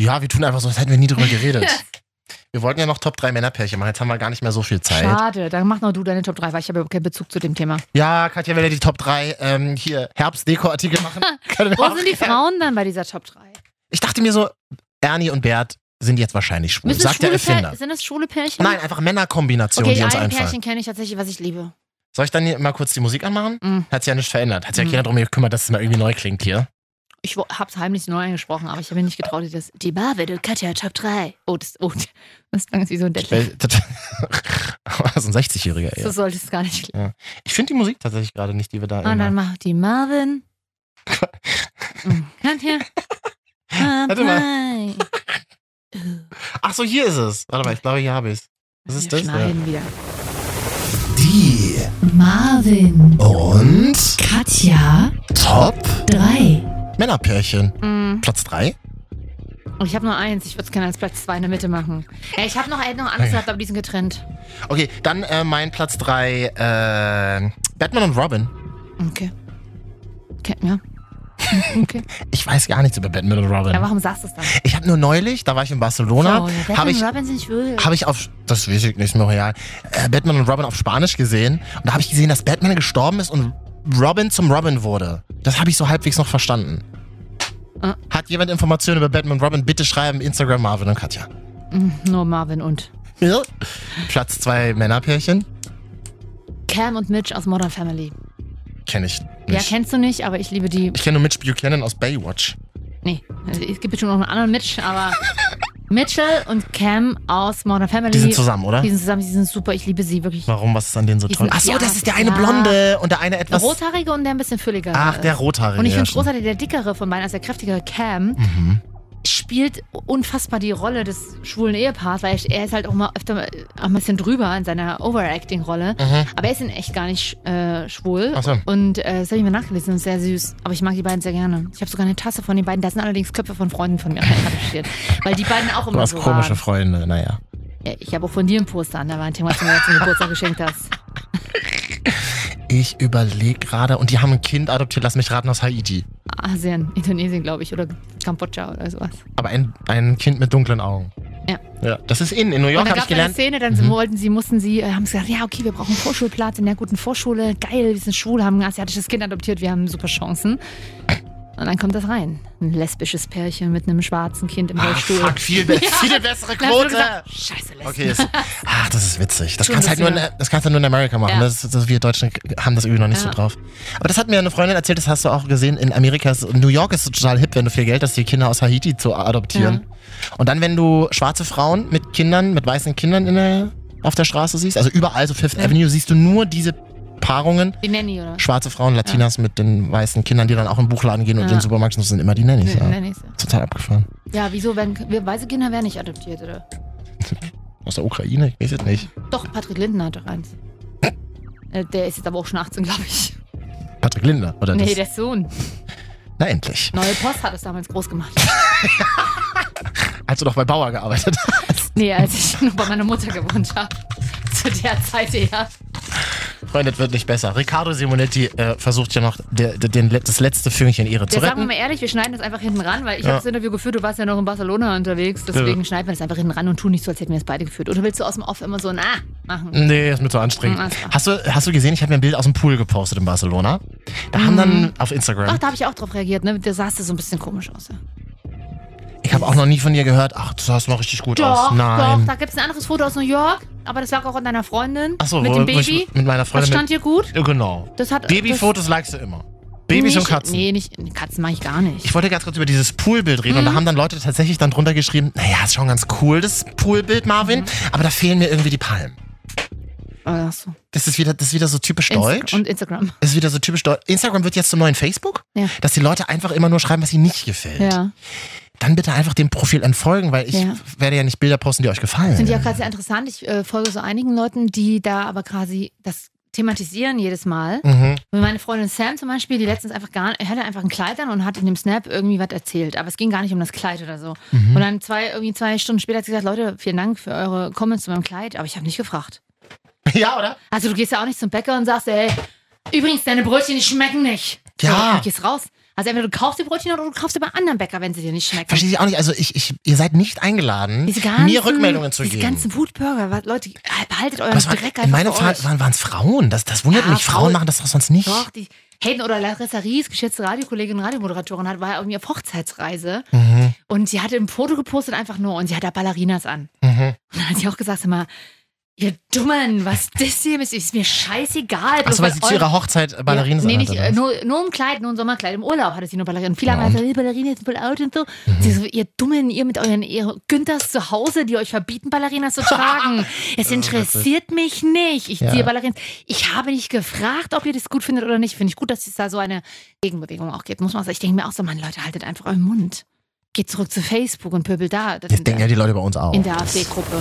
A: Ja, wir tun einfach so, als hätten wir nie
B: *laughs*
A: drüber geredet.
B: Ja.
A: wir wollten ja noch Top 3 Männerpärchen machen, jetzt haben wir gar nicht mehr so viel Zeit.
B: Schade, dann mach noch du deine Top 3, weil ich habe überhaupt keinen Bezug zu dem Thema.
A: Ja, Katja will ja die Top 3 ähm, hier
B: *laughs*
A: Herbstdeko-Artikel machen. Können wir
B: Wo
A: auch
B: sind die
A: gerne.
B: Frauen dann bei dieser Top 3?
A: Ich dachte mir so, Ernie und Bert sind jetzt wahrscheinlich schwul.
B: Müssen
A: Sagt der
B: schwule
A: Erfinder.
B: Pär- sind das schwule Pärchen?
A: Nein, einfach Männerkombinationen,
B: Okay,
A: die uns
B: ein
A: einfallen.
B: Pärchen kenne ich tatsächlich, was ich liebe.
A: Soll ich dann hier mal kurz die Musik anmachen?
B: Mm.
A: Hat sich ja nicht verändert. Hat sich ja
B: Mhm.
A: keiner drum gekümmert, dass es mal irgendwie neu klingt hier.
B: Ich wo- hab's heimlich neu angesprochen, aber ich habe mir nicht getraut, das. Die Marvel und Katja Top 3. Oh, das, oh, *laughs* das klang jetzt wie so ein Deadlift.
A: Weil- *laughs* Das so Oh, ein 60-Jähriger,
B: So
A: ey.
B: sollte es gar nicht klingen.
A: Ich finde die Musik tatsächlich gerade nicht, die wir da
B: Und dann
A: immer-
B: macht die
A: *laughs*
B: Marvin. Mm, Katja.
A: Warte
B: mal.
A: Ach so, hier ist es. Warte mal, ich glaube, hier habe ich es. Was ist
B: Wir
A: das? Ja.
B: schneiden wieder.
D: Die
G: Marvin,
A: Und
G: Katja,
A: Top
G: 3.
A: Männerpärchen.
B: Mm,
A: Platz 3?
B: Und ich habe nur eins. Ich würde es gerne als Platz 2 in der Mitte machen. Äh, Ich habe noch, hätte noch anders gehabt, aber die sind getrennt.
A: Okay, dann äh, mein Platz 3, äh, Batman und Robin.
B: Okay. okay ja. Okay.
A: Ich weiß gar nichts über Batman und Robin.
B: Ja, warum sagst du es dann?
A: Ich habe nur neulich, da war ich in Barcelona,
B: Batman
A: habe ich,
B: und Robin sind schwul.
A: hab ich auf, das weiß ich nicht mehr real, äh, Batman und Robin auf Spanisch gesehen und da habe ich gesehen, dass Batman gestorben ist und Robin zum Robin wurde. Das habe ich so halbwegs noch verstanden.
B: Ah.
A: Hat jemand Informationen über Batman und Robin? Bitte schreiben Instagram Marvin und Katja.
B: Mm, Nur Marvin und
A: Ja. Platz zwei Männerpärchen?
B: Cam und Mitch aus Modern Family.
A: Kenne ich
B: Ja,
A: nicht.
B: kennst du nicht, aber ich liebe die.
A: ich kenne nur Mitch Buchanan aus Baywatch.
B: Nee, also es gibt bestimmt noch einen anderen Mitch, aber Mitchell und Cam aus Modern Family.
A: Die sind zusammen, oder?
B: Die sind zusammen, die sind super. Ich liebe sie wirklich.
A: Warum? Was ist an denen so
B: Die
A: toll?
B: sind-
A: Ach so,
B: ja,
A: das ist der eine
B: ja.
A: Blonde und der eine
B: Der
A: etwas...
B: Rothaarige und der ein bisschen fülliger.
A: Ach, der
B: ist.
A: Rothaarige.
B: Und ich
A: ja,
B: finde
A: stimmt.
B: großartig, der dickere von beiden, also der kräftigere Cam,
A: Mhm.
B: spielt unfassbar die Rolle des schwulen Ehepaars, weil er ist halt auch mal öfter mal- auch ein bisschen drüber in seiner Overacting-Rolle.
A: Mhm.
B: Aber er ist in echt gar nicht äh, schwul.
A: Ach so.
B: Und äh, das habe ich mir nachgelesen, das ist sehr süß. Aber ich mag die beiden sehr gerne. Ich habe sogar eine Tasse von den beiden. Da sind allerdings Köpfe von Freunden von
A: *laughs*
B: mir reingekapschiert. weil die beiden auch
A: Du
B: immer
A: hast
B: so
A: komische
B: waren.
A: Freunde, naja.
B: Ja, Ich habe auch von dir ein Poster an der Wand, hängen, was du mir zum Geburtstag geschenkt hast.
A: Ich überlege gerade, und die haben ein Kind adoptiert, lass mich raten, aus Haiti.
B: Asien, Ah, Indonesien, glaube ich, oder Kambodscha oder sowas.
A: Aber ein, ein Kind mit dunklen Augen.
B: Ja.
A: ja. Das ist in, in New
B: Und
A: York
B: dann
A: habe
B: gab
A: ich
B: es eine
A: gelernt.
B: Szene, dann
A: Mhm.
B: wollten sie, mussten sie, äh, haben sie gesagt, ja, okay, wir brauchen einen Vorschulplatz in der guten Vorschule. Geil, wir sind schwul, haben ein asiatisches Kind adoptiert, wir haben super Chancen. Und dann kommt das rein. Ein lesbisches Pärchen mit einem schwarzen Kind im Rollstuhl.
A: Ah, Fuck, viel,
B: *laughs*
A: be viel bessere
B: Dann hast du
A: Quote.
B: gesagt, Scheiße, Lesben.
A: Okay,
B: *laughs*
A: ist, ach, das ist witzig. Das
B: Schon
A: kannst, halt nur in, das kannst du nur in Amerika machen. ne?
B: Ja.
A: Das, das, wir Deutschen haben das irgendwie noch nicht so
B: Ja.
A: drauf. Aber das hat mir eine Freundin erzählt, das hast du auch gesehen. In Amerika, ist, New York ist total hip, wenn du viel Geld hast, die Kinder aus Haiti zu adoptieren. Und dann, wenn du schwarze Frauen mit Kindern, mit weißen Kindern in der, auf der Straße siehst, also überall so Fifth Avenue, siehst du nur diese Paarungen
B: Die Nanny, oder?
A: schwarze Frauen, Latinas mit den weißen Kindern, die dann auch im Buchladen gehen und
B: Ja.
A: in den Supermarkt sind, das sind immer die Nannies.
B: Nee,
A: Ja.
B: Nannies, ja.
A: Total abgefahren.
B: Ja, wieso werden wir weiße Kinder werden nicht adoptiert, oder?
A: Aus der Ukraine, ich weiß jetzt nicht.
B: Doch, Patrick Linden hat doch eins. Äh, Der ist jetzt aber auch schon 18, glaube ich.
A: Patrick Linder, oder
B: Nee,
A: das?
B: der Sohn.
A: Na endlich.
B: Neue Post hat es damals groß gemacht.
A: Als du doch bei Bauer gearbeitet hast.
B: *laughs* Nee, als ich noch bei meiner Mutter gewohnt habe. Zu der Zeit eher.
A: Freunde, das wird nicht besser. Riccardo Simonetti äh, versucht ja noch der, der, den, das letzte Fünkchen Ehre zu
B: Jetzt sagen wir
A: retten.
B: mal ehrlich, wir schneiden das einfach hinten ran, weil ich
A: Ja.
B: habe das Interview geführt, du warst ja noch in Barcelona unterwegs, deswegen schneiden wir das einfach hinten ran und tun nicht so, als hätten wir es beide geführt. Oder willst du aus dem Off immer so ein Ah machen?
A: Nee, ist mir zu anstrengend.
B: Mhm, alles klar.
A: Hast du, hast du gesehen, ich habe mir ein Bild aus dem Pool gepostet in Barcelona. Da
B: Mhm.
A: haben dann auf Instagram,
B: Ach, da habe ich auch drauf reagiert, ne? Da sahst du so ein bisschen komisch aus. Ja.
A: ich habe auch noch nie von dir gehört, ach, du sahst mal richtig gut
B: Doch,
A: aus. Nein.
B: doch, da gibt es ein anderes Foto aus New York, aber das lag auch an deiner Freundin
A: Ach so,
B: mit
A: wo-
B: dem
A: wo ich
B: Baby.
A: mit meiner
B: das
A: Freundin
B: stand dir gut?
A: Ja, Genau.
B: Das hat
A: Babyfotos likest du immer. Babys
B: nicht,
A: und Katzen.
B: Nee, nicht, nee, Katzen mache ich gar nicht.
A: Ich wollte ganz kurz über dieses Poolbild reden und
B: Mhm.
A: da haben dann Leute tatsächlich dann drunter geschrieben, naja, ist schon ganz cool, das Poolbild, Marvin,
B: Mhm.
A: aber da fehlen mir irgendwie die Palmen.
B: Ach so.
A: Das ist wieder, das ist wieder so typisch
B: Insta-
A: deutsch.
B: Und Instagram.
A: Das ist wieder so typisch deutsch. Instagram wird jetzt zum neuen Facebook,
B: Ja.
A: dass die Leute einfach immer nur schreiben, was ihnen nicht gefällt.
B: Ja.
A: Dann bitte einfach dem Profil entfolgen, weil ich
B: Ja.
A: werde ja nicht Bilder posten, die euch gefallen.
B: Finde ich auch gerade sehr interessant. Ich äh, folge so einigen Leuten, die da aber quasi das thematisieren jedes Mal.
A: mhm.
B: Und Meine Freundin Sam zum Beispiel, die letztens einfach gar hatte einfach ein Kleid an und hat in dem Snap irgendwie was erzählt. Aber es ging gar nicht um das Kleid oder so.
A: Mhm.
B: Und dann zwei, irgendwie zwei Stunden später hat sie gesagt, Leute, vielen Dank für eure Comments zu meinem Kleid, aber ich habe nicht gefragt.
A: *laughs* Ja, oder?
B: Also du gehst ja auch nicht zum Bäcker und sagst, ey, übrigens, deine Brötchen, die schmecken nicht.
A: Ja.
B: So, du gehst raus. Also entweder du kaufst die Brötchen oder du kaufst sie bei anderen Bäcker, wenn sie dir nicht schmecken.
A: Verstehe ich auch nicht. Also ich, ich, ihr seid nicht eingeladen,
B: Diese ganzen,
A: mir Rückmeldungen zu
B: diese
A: geben.
B: ganzen Wutbürger, was- Leute, halt, behaltet euren
A: Aber es waren-
B: Dreck
A: in
B: einfach
A: meinem
B: für
A: Fall
B: euch.
A: waren waren es Frauen. Das, das wundert
B: Ja,
A: mich. Frauen
B: Frauen-
A: machen das doch sonst nicht.
B: Doch, die Hayden oder Larissa Ries, geschätzte Radiokollegin, Radiomoderatorin, hat, war ja irgendwie auf Hochzeitsreise.
A: Mhm.
B: Und sie hatte ein Foto gepostet einfach nur und sie hat da Ballerinas an. *laughs*
A: Mhm.
B: Und dann hat sie auch gesagt, sag mal, ihr Dummen, was das hier ist, ist mir scheißegal.
A: Achso, weil sie zu ihrer Hochzeit äh, Ballerinen
B: Nee, nicht,
A: anhatte,
B: äh,
A: ne?
B: nur, nur im Kleid, nur im Sommerkleid. Im Urlaub hatte sie nur Ballerinen. Viele
A: Ja, Mhm.
B: haben gesagt, die Ballerinen sind voll out und so. Sie so, ihr Dummen, ihr mit euren ihr Günthers zu Hause, die euch verbieten, Ballerinas zu
A: *laughs*
B: tragen. es interessiert mich nicht. Ich
A: Ja.
B: ziehe Ballerinen. Ich habe nicht gefragt, ob ihr das gut findet oder nicht. Finde ich gut, dass es da so eine Gegenbewegung auch gibt. Muss man sagen. Ich denke mir auch so, Mann, Leute, haltet einfach euren Mund. Geht zurück zu Facebook und pöbelt da. Das
A: Das denken ja die Leute bei uns auch.
B: in der AfD-Gruppe.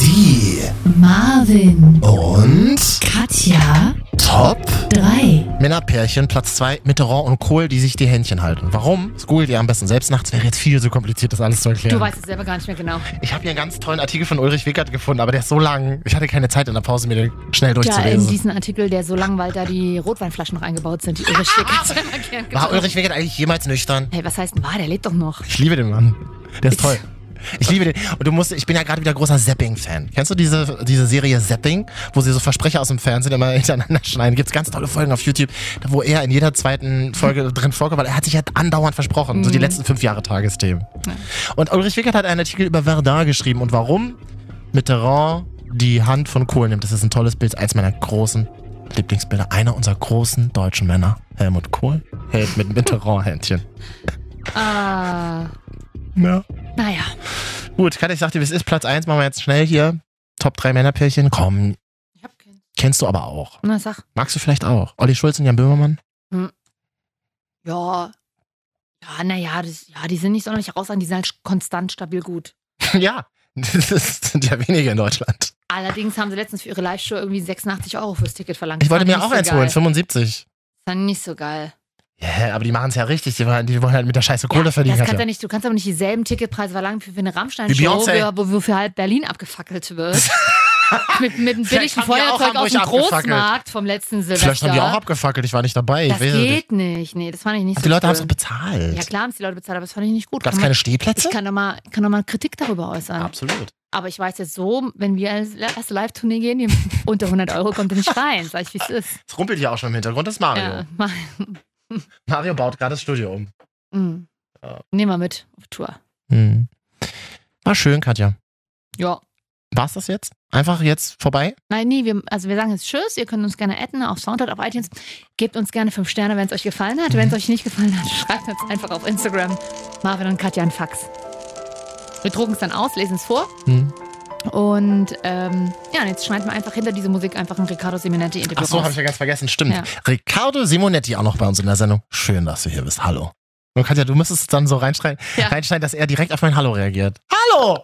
D: Die
G: Marvin,
A: Und
G: Katja,
A: Top
G: 3.
A: Männerpärchen, Platz 2, Mitterrand und Kohl, die sich die Händchen halten. Warum? Das googelt ihr am besten selbst nachts. Wäre jetzt viel zu kompliziert, das alles zu erklären.
B: Du weißt es selber gar nicht mehr genau.
A: ich habe hier einen ganz tollen Artikel von Ulrich Wickert gefunden, aber der ist so lang. Ich hatte keine Zeit in der Pause, mir den schnell
B: Ja, in
A: durchzulesen.
B: diesen Artikel, der so lang, weil da die Rotweinflaschen reingebaut sind, die irre schick
A: War Ulrich Wickert eigentlich jemals nüchtern?
B: Hey, was heißt denn war? Der lebt doch noch.
A: Ich liebe den Mann. Der ist toll. Ich liebe den. Und du musst, ich bin ja gerade wieder großer Zapping-Fan. Kennst du diese, diese Serie Zapping, wo sie so Versprecher aus dem Fernsehen immer *laughs* hintereinander schneiden? Gibt's ganz tolle Folgen auf YouTube, da wo er in jeder zweiten Folge drin vorkommt, weil er hat sich halt andauernd versprochen. So die letzten fünf Jahre Tagesthemen. Und Ulrich Wickert hat einen Artikel über Verdun geschrieben und warum Mitterrand die Hand von Kohl nimmt. Das ist ein tolles Bild, eins meiner großen Lieblingsbilder. Einer unserer großen deutschen Männer, Helmut Kohl, hält mit Mitterrand-Händchen.
B: Ah,
A: Ja.
B: naja.
A: Gut, Katja, ich sagte, es ist Platz 1, machen wir jetzt schnell hier. Top 3 Männerpärchen. Komm,
B: Ich hab keinen.
A: kennst du aber auch.
B: Na, sag.
A: Magst du vielleicht auch. Olli Schulz und Jan
B: *laughs*
A: Böhmermann?
B: Ja. Ja, naja, das, ja, die sind nicht sonderlich herausragend, die sind halt konstant stabil gut.
A: ja, das sind ja wenige in Deutschland.
B: Allerdings haben sie letztens für ihre Live-Show irgendwie 86 Euro fürs Ticket verlangt.
A: Ich wollte
B: Fand
A: mir
B: nicht
A: auch
B: so
A: eins
B: geil.
A: holen, 75.
B: Das Fand ich nicht so geil.
A: Ja, aber die machen es ja richtig. Die, wollen- die wollen halt mit der scheiße Kohle
B: ja,
A: verdienen.
B: Das kannst
A: Katja.
B: du nicht, du kannst aber nicht dieselben Ticketpreise verlangen für, für eine
A: Wie
B: Rammstein-Show,
A: Beyoncé.
B: wo, wofür halt Berlin
A: *laughs*
B: abgefackelt wird. mit, mit einem
A: Vielleicht
B: billigen
A: haben die auch
B: Feuerzeug aus
A: Hamburg
B: dem
A: abgefackelt.
B: Großmarkt vom letzten Silvester.
A: Vielleicht haben die auch abgefackelt, ich war nicht dabei.
B: Das
A: ich weiß es nicht.
B: geht nicht. Nee, das fand ich nicht
A: Die
B: so
A: Leute
B: cool.
A: haben es doch bezahlt.
B: Ja, klar haben es die Leute bezahlt, aber das fand ich nicht gut.
A: Gab
B: Kann
A: es
B: man-
A: keine
B: ich
A: Stehplätze?
B: kann nochmal kann noch mal Kritik darüber äußern.
A: Absolut.
B: Aber ich weiß jetzt so, wenn wir als erste Live-Tournee gehen, die *laughs* unter 100 Euro kommt ihr nicht rein. Sag ich, wie es ist.
A: Es rumpelt ja auch schon im Hintergrund, das ist Mario.
B: Ja, mach,
A: Mario baut gerade das Studio um.
B: mm.
A: Ja.
B: Nehmen wir mit auf Tour.
A: Hm. War schön, Katja.
B: Ja.
A: War's das jetzt? Einfach jetzt vorbei?
B: Nein, nee, wir, also wir sagen jetzt Tschüss. Ihr könnt uns gerne adden auf Soundcloud, auf iTunes. Gebt uns gerne fünf Sterne, wenn es euch gefallen hat.
A: Mhm.
B: Wenn es euch nicht gefallen hat, schreibt uns einfach auf Instagram. Marvin und Katja ein Fax. Wir drucken es dann aus, lesen es vor.
A: Hm.
B: Und ähm, ja, und jetzt schneiden wir einfach hinter diese Musik einfach ein Riccardo Simonetti Interview
A: Ach so,
B: raus.
A: habe ich ja ganz vergessen. Stimmt.
B: Ja.
A: Riccardo Simonetti auch noch bei uns in der Sendung. Schön, dass du hier bist. Hallo. Und Katja, du müsstest dann so reinschreien,
B: Ja.
A: reinschneiden, dass er direkt auf mein Hallo reagiert.
B: *laughs*
A: Hallo!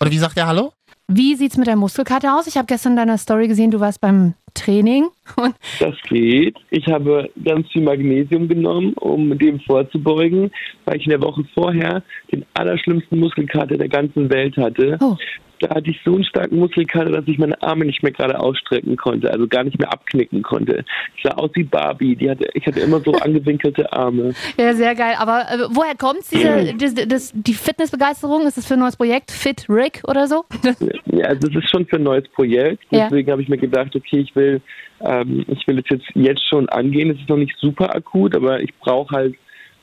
A: Oder wie sagt er Hallo?
B: Wie sieht's mit der Muskelkarte aus? Ich habe gestern in deiner Story gesehen, du warst beim Training. *laughs*
H: Das geht. Ich habe ganz viel Magnesium genommen, um dem vorzubeugen, weil ich in der Woche vorher den allerschlimmsten Muskelkater der ganzen Welt hatte.
B: Oh.
H: Da hatte ich so einen starken Muskelkater, dass ich meine Arme nicht mehr gerade ausstrecken konnte, also gar nicht mehr abknicken konnte. Ich sah aus wie Barbie. Die hatte, ich hatte immer so angewinkelte Arme.
B: Ja, sehr geil. Aber äh, woher kommt
A: *clears throat*
B: diese, das, das, die Fitnessbegeisterung? Ist das für ein neues Projekt? Fit Rick oder so?
H: Ja, also das ist schon für ein neues Projekt.
B: Ja.
H: Deswegen habe ich mir gedacht, okay, ich will, ähm, ich will es jetzt jetzt schon angehen. Es ist noch nicht super akut, aber ich brauche halt,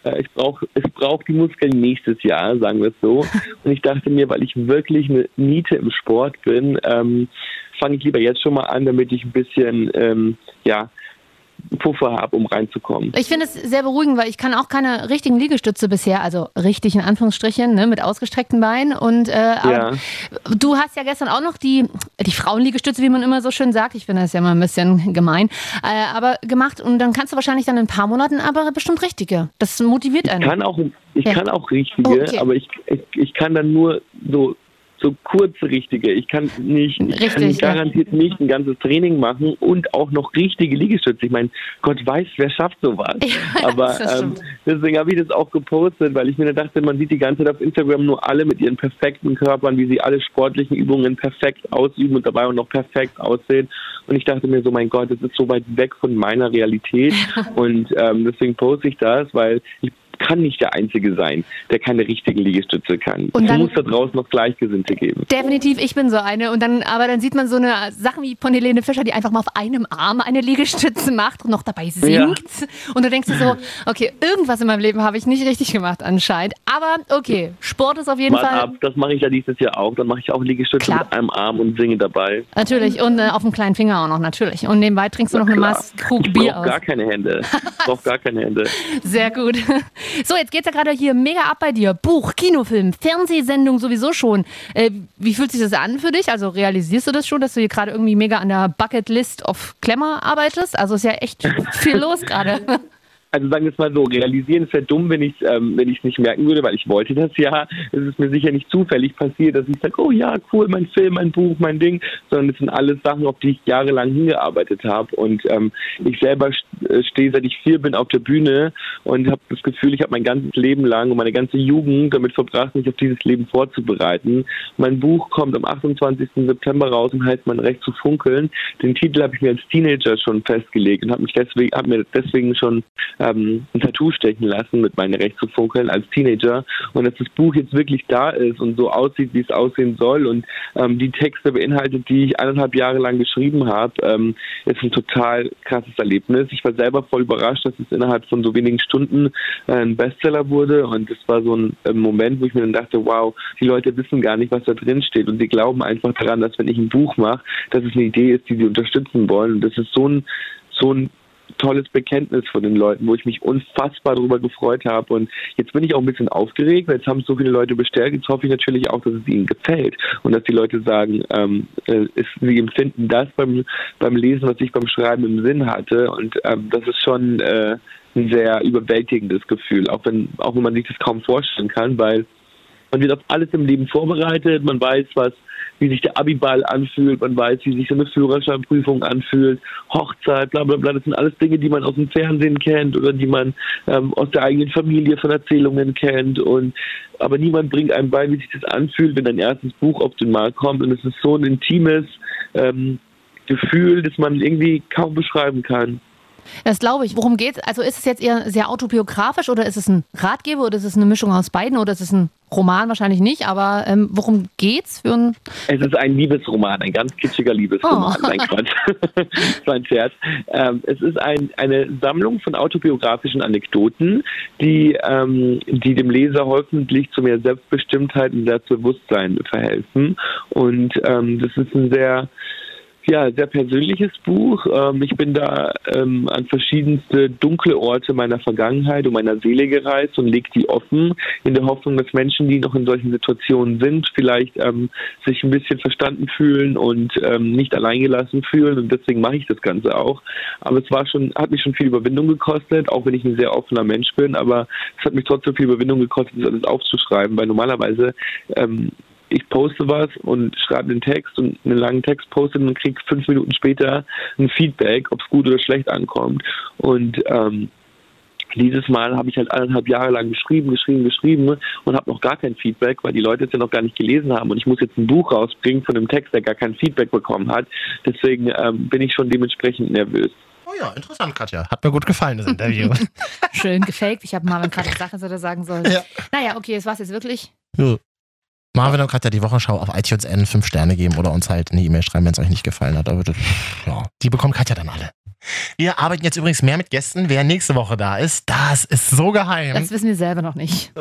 H: äh, ich brauche, es braucht die Muskeln nächstes Jahr, sagen wir es so. Und ich dachte mir, weil ich wirklich eine Niete im Sport bin, ähm, fange ich lieber jetzt schon mal an, damit ich ein bisschen, ähm, ja, Puffer habe, um reinzukommen.
B: Ich finde es sehr beruhigend, weil ich kann auch keine richtigen Liegestütze bisher, also richtig in Anführungsstrichen, ne, mit ausgestreckten Beinen. Und äh,
H: Ja.
B: aber du hast ja gestern auch noch die, die Frauenliegestütze, wie man immer so schön sagt. Ich finde das ja immer ein bisschen gemein, äh, aber gemacht. Und dann kannst du wahrscheinlich dann in ein paar Monaten aber bestimmt richtige. Das motiviert einen.
H: Ich kann auch, ich
B: Ja.
H: kann auch richtige,
B: Oh, okay.
H: aber ich, ich, ich kann dann nur so, so kurze richtige. Ich kann nicht, ich
B: Richtig, ja.
H: kann garantiert nicht ein ganzes Training machen und auch noch richtige Liegestütze. Ich meine, Gott weiß, wer schafft sowas.
B: *laughs* Ja,
H: aber
B: das
H: ähm,
B: stimmt.
H: deswegen habe ich das auch gepostet, weil ich mir dachte, man sieht die ganze Zeit auf Instagram nur alle mit ihren perfekten Körpern, wie sie alle sportlichen Übungen perfekt ausüben und dabei auch noch perfekt aussehen. Und ich dachte mir so, mein Gott, das ist so weit weg von meiner
B: *laughs*
H: Realität. und ähm, deswegen poste ich das, weil ich kann nicht der Einzige sein, der keine richtigen Liegestütze kann.
B: Und
H: es
B: dann-
H: muss da draußen noch Gleichgesinnte geben.
B: Definitiv, ich bin so eine. Und dann, aber dann sieht man so eine Sachen wie von Helene Fischer, die einfach mal auf einem Arm eine Liegestütze macht und noch dabei singt. Und du denkst dir so, okay, irgendwas in meinem Leben habe ich nicht richtig gemacht anscheinend. Aber okay, Sport ist auf jeden
H: Wart
B: Fall
H: ab, das mache ich ja dieses Jahr auch. Dann mache ich auch Liegestütze
B: Klar.
H: mit einem Arm und singe dabei.
B: natürlich und äh, auf dem kleinen Finger auch noch natürlich. Und nebenbei trinkst du noch eine
H: Klar.
B: Maß Krug
H: ich
B: Bier
H: brauche
B: aus.
H: gar keine Hände. Ich brauche gar keine
B: *laughs*
H: Hände.
B: Sehr gut. So, jetzt geht's ja gerade hier mega ab bei dir. Buch, Kinofilm, Fernsehsendung sowieso schon. Äh, wie fühlt sich das an für dich? Also realisierst du das schon, dass du hier gerade irgendwie mega an der Bucket List of Klemmer arbeitest? Also ist ja echt viel los gerade.
H: Also sagen wir es mal so, realisieren ist ja dumm, wenn ich es ähm, wenn ich's nicht merken würde, weil ich wollte das ja. Es ist mir sicher nicht zufällig passiert, dass ich sage, oh ja, cool, mein Film, mein Buch, mein Ding, sondern es sind alles Sachen, auf die ich jahrelang hingearbeitet habe. Und ähm, ich selber st- äh, stehe, seit ich vier bin, auf der Bühne und habe das Gefühl, ich habe mein ganzes Leben lang und meine ganze Jugend damit verbracht, mich auf dieses Leben vorzubereiten. Mein Buch kommt am 28. September raus und heißt Mein Recht zu funkeln. Den Titel habe ich mir als Teenager schon festgelegt und habe mich deswegen, habe mir deswegen schon ähm, ein Tattoo stechen lassen mit meinem Recht zu funkeln als Teenager. Und dass das Buch jetzt wirklich da ist und so aussieht, wie es aussehen soll und ähm, die Texte beinhaltet, die ich eineinhalb Jahre lang geschrieben habe, ähm, ist ein total krasses Erlebnis. Ich war selber voll überrascht, dass es innerhalb von so wenigen Stunden äh, ein Bestseller wurde. Und das war so ein äh, Moment, wo ich mir dann dachte, wow, die Leute wissen gar nicht, was da drin steht. Und sie glauben einfach daran, dass wenn ich ein Buch mache, dass es eine Idee ist, die sie unterstützen wollen. Und das ist so ein, so ein tolles Bekenntnis von den Leuten, wo ich mich unfassbar darüber gefreut habe. Und jetzt bin ich auch ein bisschen aufgeregt, weil jetzt haben es so viele Leute bestellt. Jetzt hoffe ich natürlich auch, dass es ihnen gefällt und dass die Leute sagen, ähm, äh, es, sie empfinden das beim, beim Lesen, was ich beim Schreiben im Sinn hatte. Und ähm, das ist schon äh, ein sehr überwältigendes Gefühl, auch wenn, auch wenn man sich das kaum vorstellen kann, weil man wird auf alles im Leben vorbereitet, man weiß, was, wie sich der Abiball anfühlt, man weiß, wie sich so eine Führerscheinprüfung anfühlt, Hochzeit, bla bla bla. Das sind alles Dinge, die man aus dem Fernsehen kennt oder die man ähm, aus der eigenen Familie von Erzählungen kennt. Und aber niemand bringt einem bei, wie sich das anfühlt, wenn dein erstes Buch auf den Markt kommt. Und es ist so ein intimes ähm, Gefühl, das man irgendwie kaum beschreiben kann.
B: Das glaube ich. Worum geht's? Also ist es jetzt eher sehr autobiografisch oder ist es ein Ratgeber oder ist es eine Mischung aus beiden oder ist es ein Roman? Wahrscheinlich nicht, aber ähm, worum geht's für ein.
H: Es ist ein Liebesroman, ein ganz kitschiger Liebesroman.
B: Oh.
H: Nein, *laughs* Quatsch. das war ein Scherz. Ähm, es ist ein, eine Sammlung von autobiografischen Anekdoten, die, ähm, die dem Leser hoffentlich zu mehr Selbstbestimmtheit und Selbstbewusstsein verhelfen. Und ähm, das ist ein sehr ja, sehr persönliches Buch. Ähm, ich bin da ähm, an verschiedenste dunkle Orte meiner Vergangenheit und meiner Seele gereist und leg die offen, in der Hoffnung, dass Menschen, die noch in solchen Situationen sind, vielleicht ähm, sich ein bisschen verstanden fühlen und ähm, nicht alleingelassen fühlen. Und deswegen mache ich das Ganze auch. Aber es war schon, hat mich schon viel Überwindung gekostet, auch wenn ich ein sehr offener Mensch bin. Aber es hat mich trotzdem viel Überwindung gekostet, das alles aufzuschreiben, weil normalerweise ähm, ich poste was und schreibe einen Text und einen langen Text poste und kriege fünf Minuten später ein Feedback, ob es gut oder schlecht ankommt. Und ähm, dieses Mal habe ich halt eineinhalb Jahre lang geschrieben, geschrieben, geschrieben und habe noch gar kein Feedback, weil die Leute es ja noch gar nicht gelesen haben. Und ich muss jetzt ein Buch rausbringen von einem Text, der gar kein Feedback bekommen hat. Deswegen ähm, bin ich schon dementsprechend nervös.
A: Oh ja, interessant, Katja. Hat mir gut gefallen, das
B: *laughs*
A: Interview.
B: Schön gefaked. Ich habe Marvin gerade gesagt, dass er das sagen soll.
A: Ja.
B: Naja, okay, das war's jetzt wirklich.
A: Ja. Marvin und Katja, die Wochenschau auf iTunes N fünf Sterne geben oder uns halt eine E-Mail schreiben, wenn es euch nicht gefallen hat. Aber das, ja, die bekommt Katja dann alle. Wir arbeiten jetzt übrigens mehr mit Gästen. Wer nächste Woche da ist, das ist so geheim.
B: Das wissen wir selber noch nicht.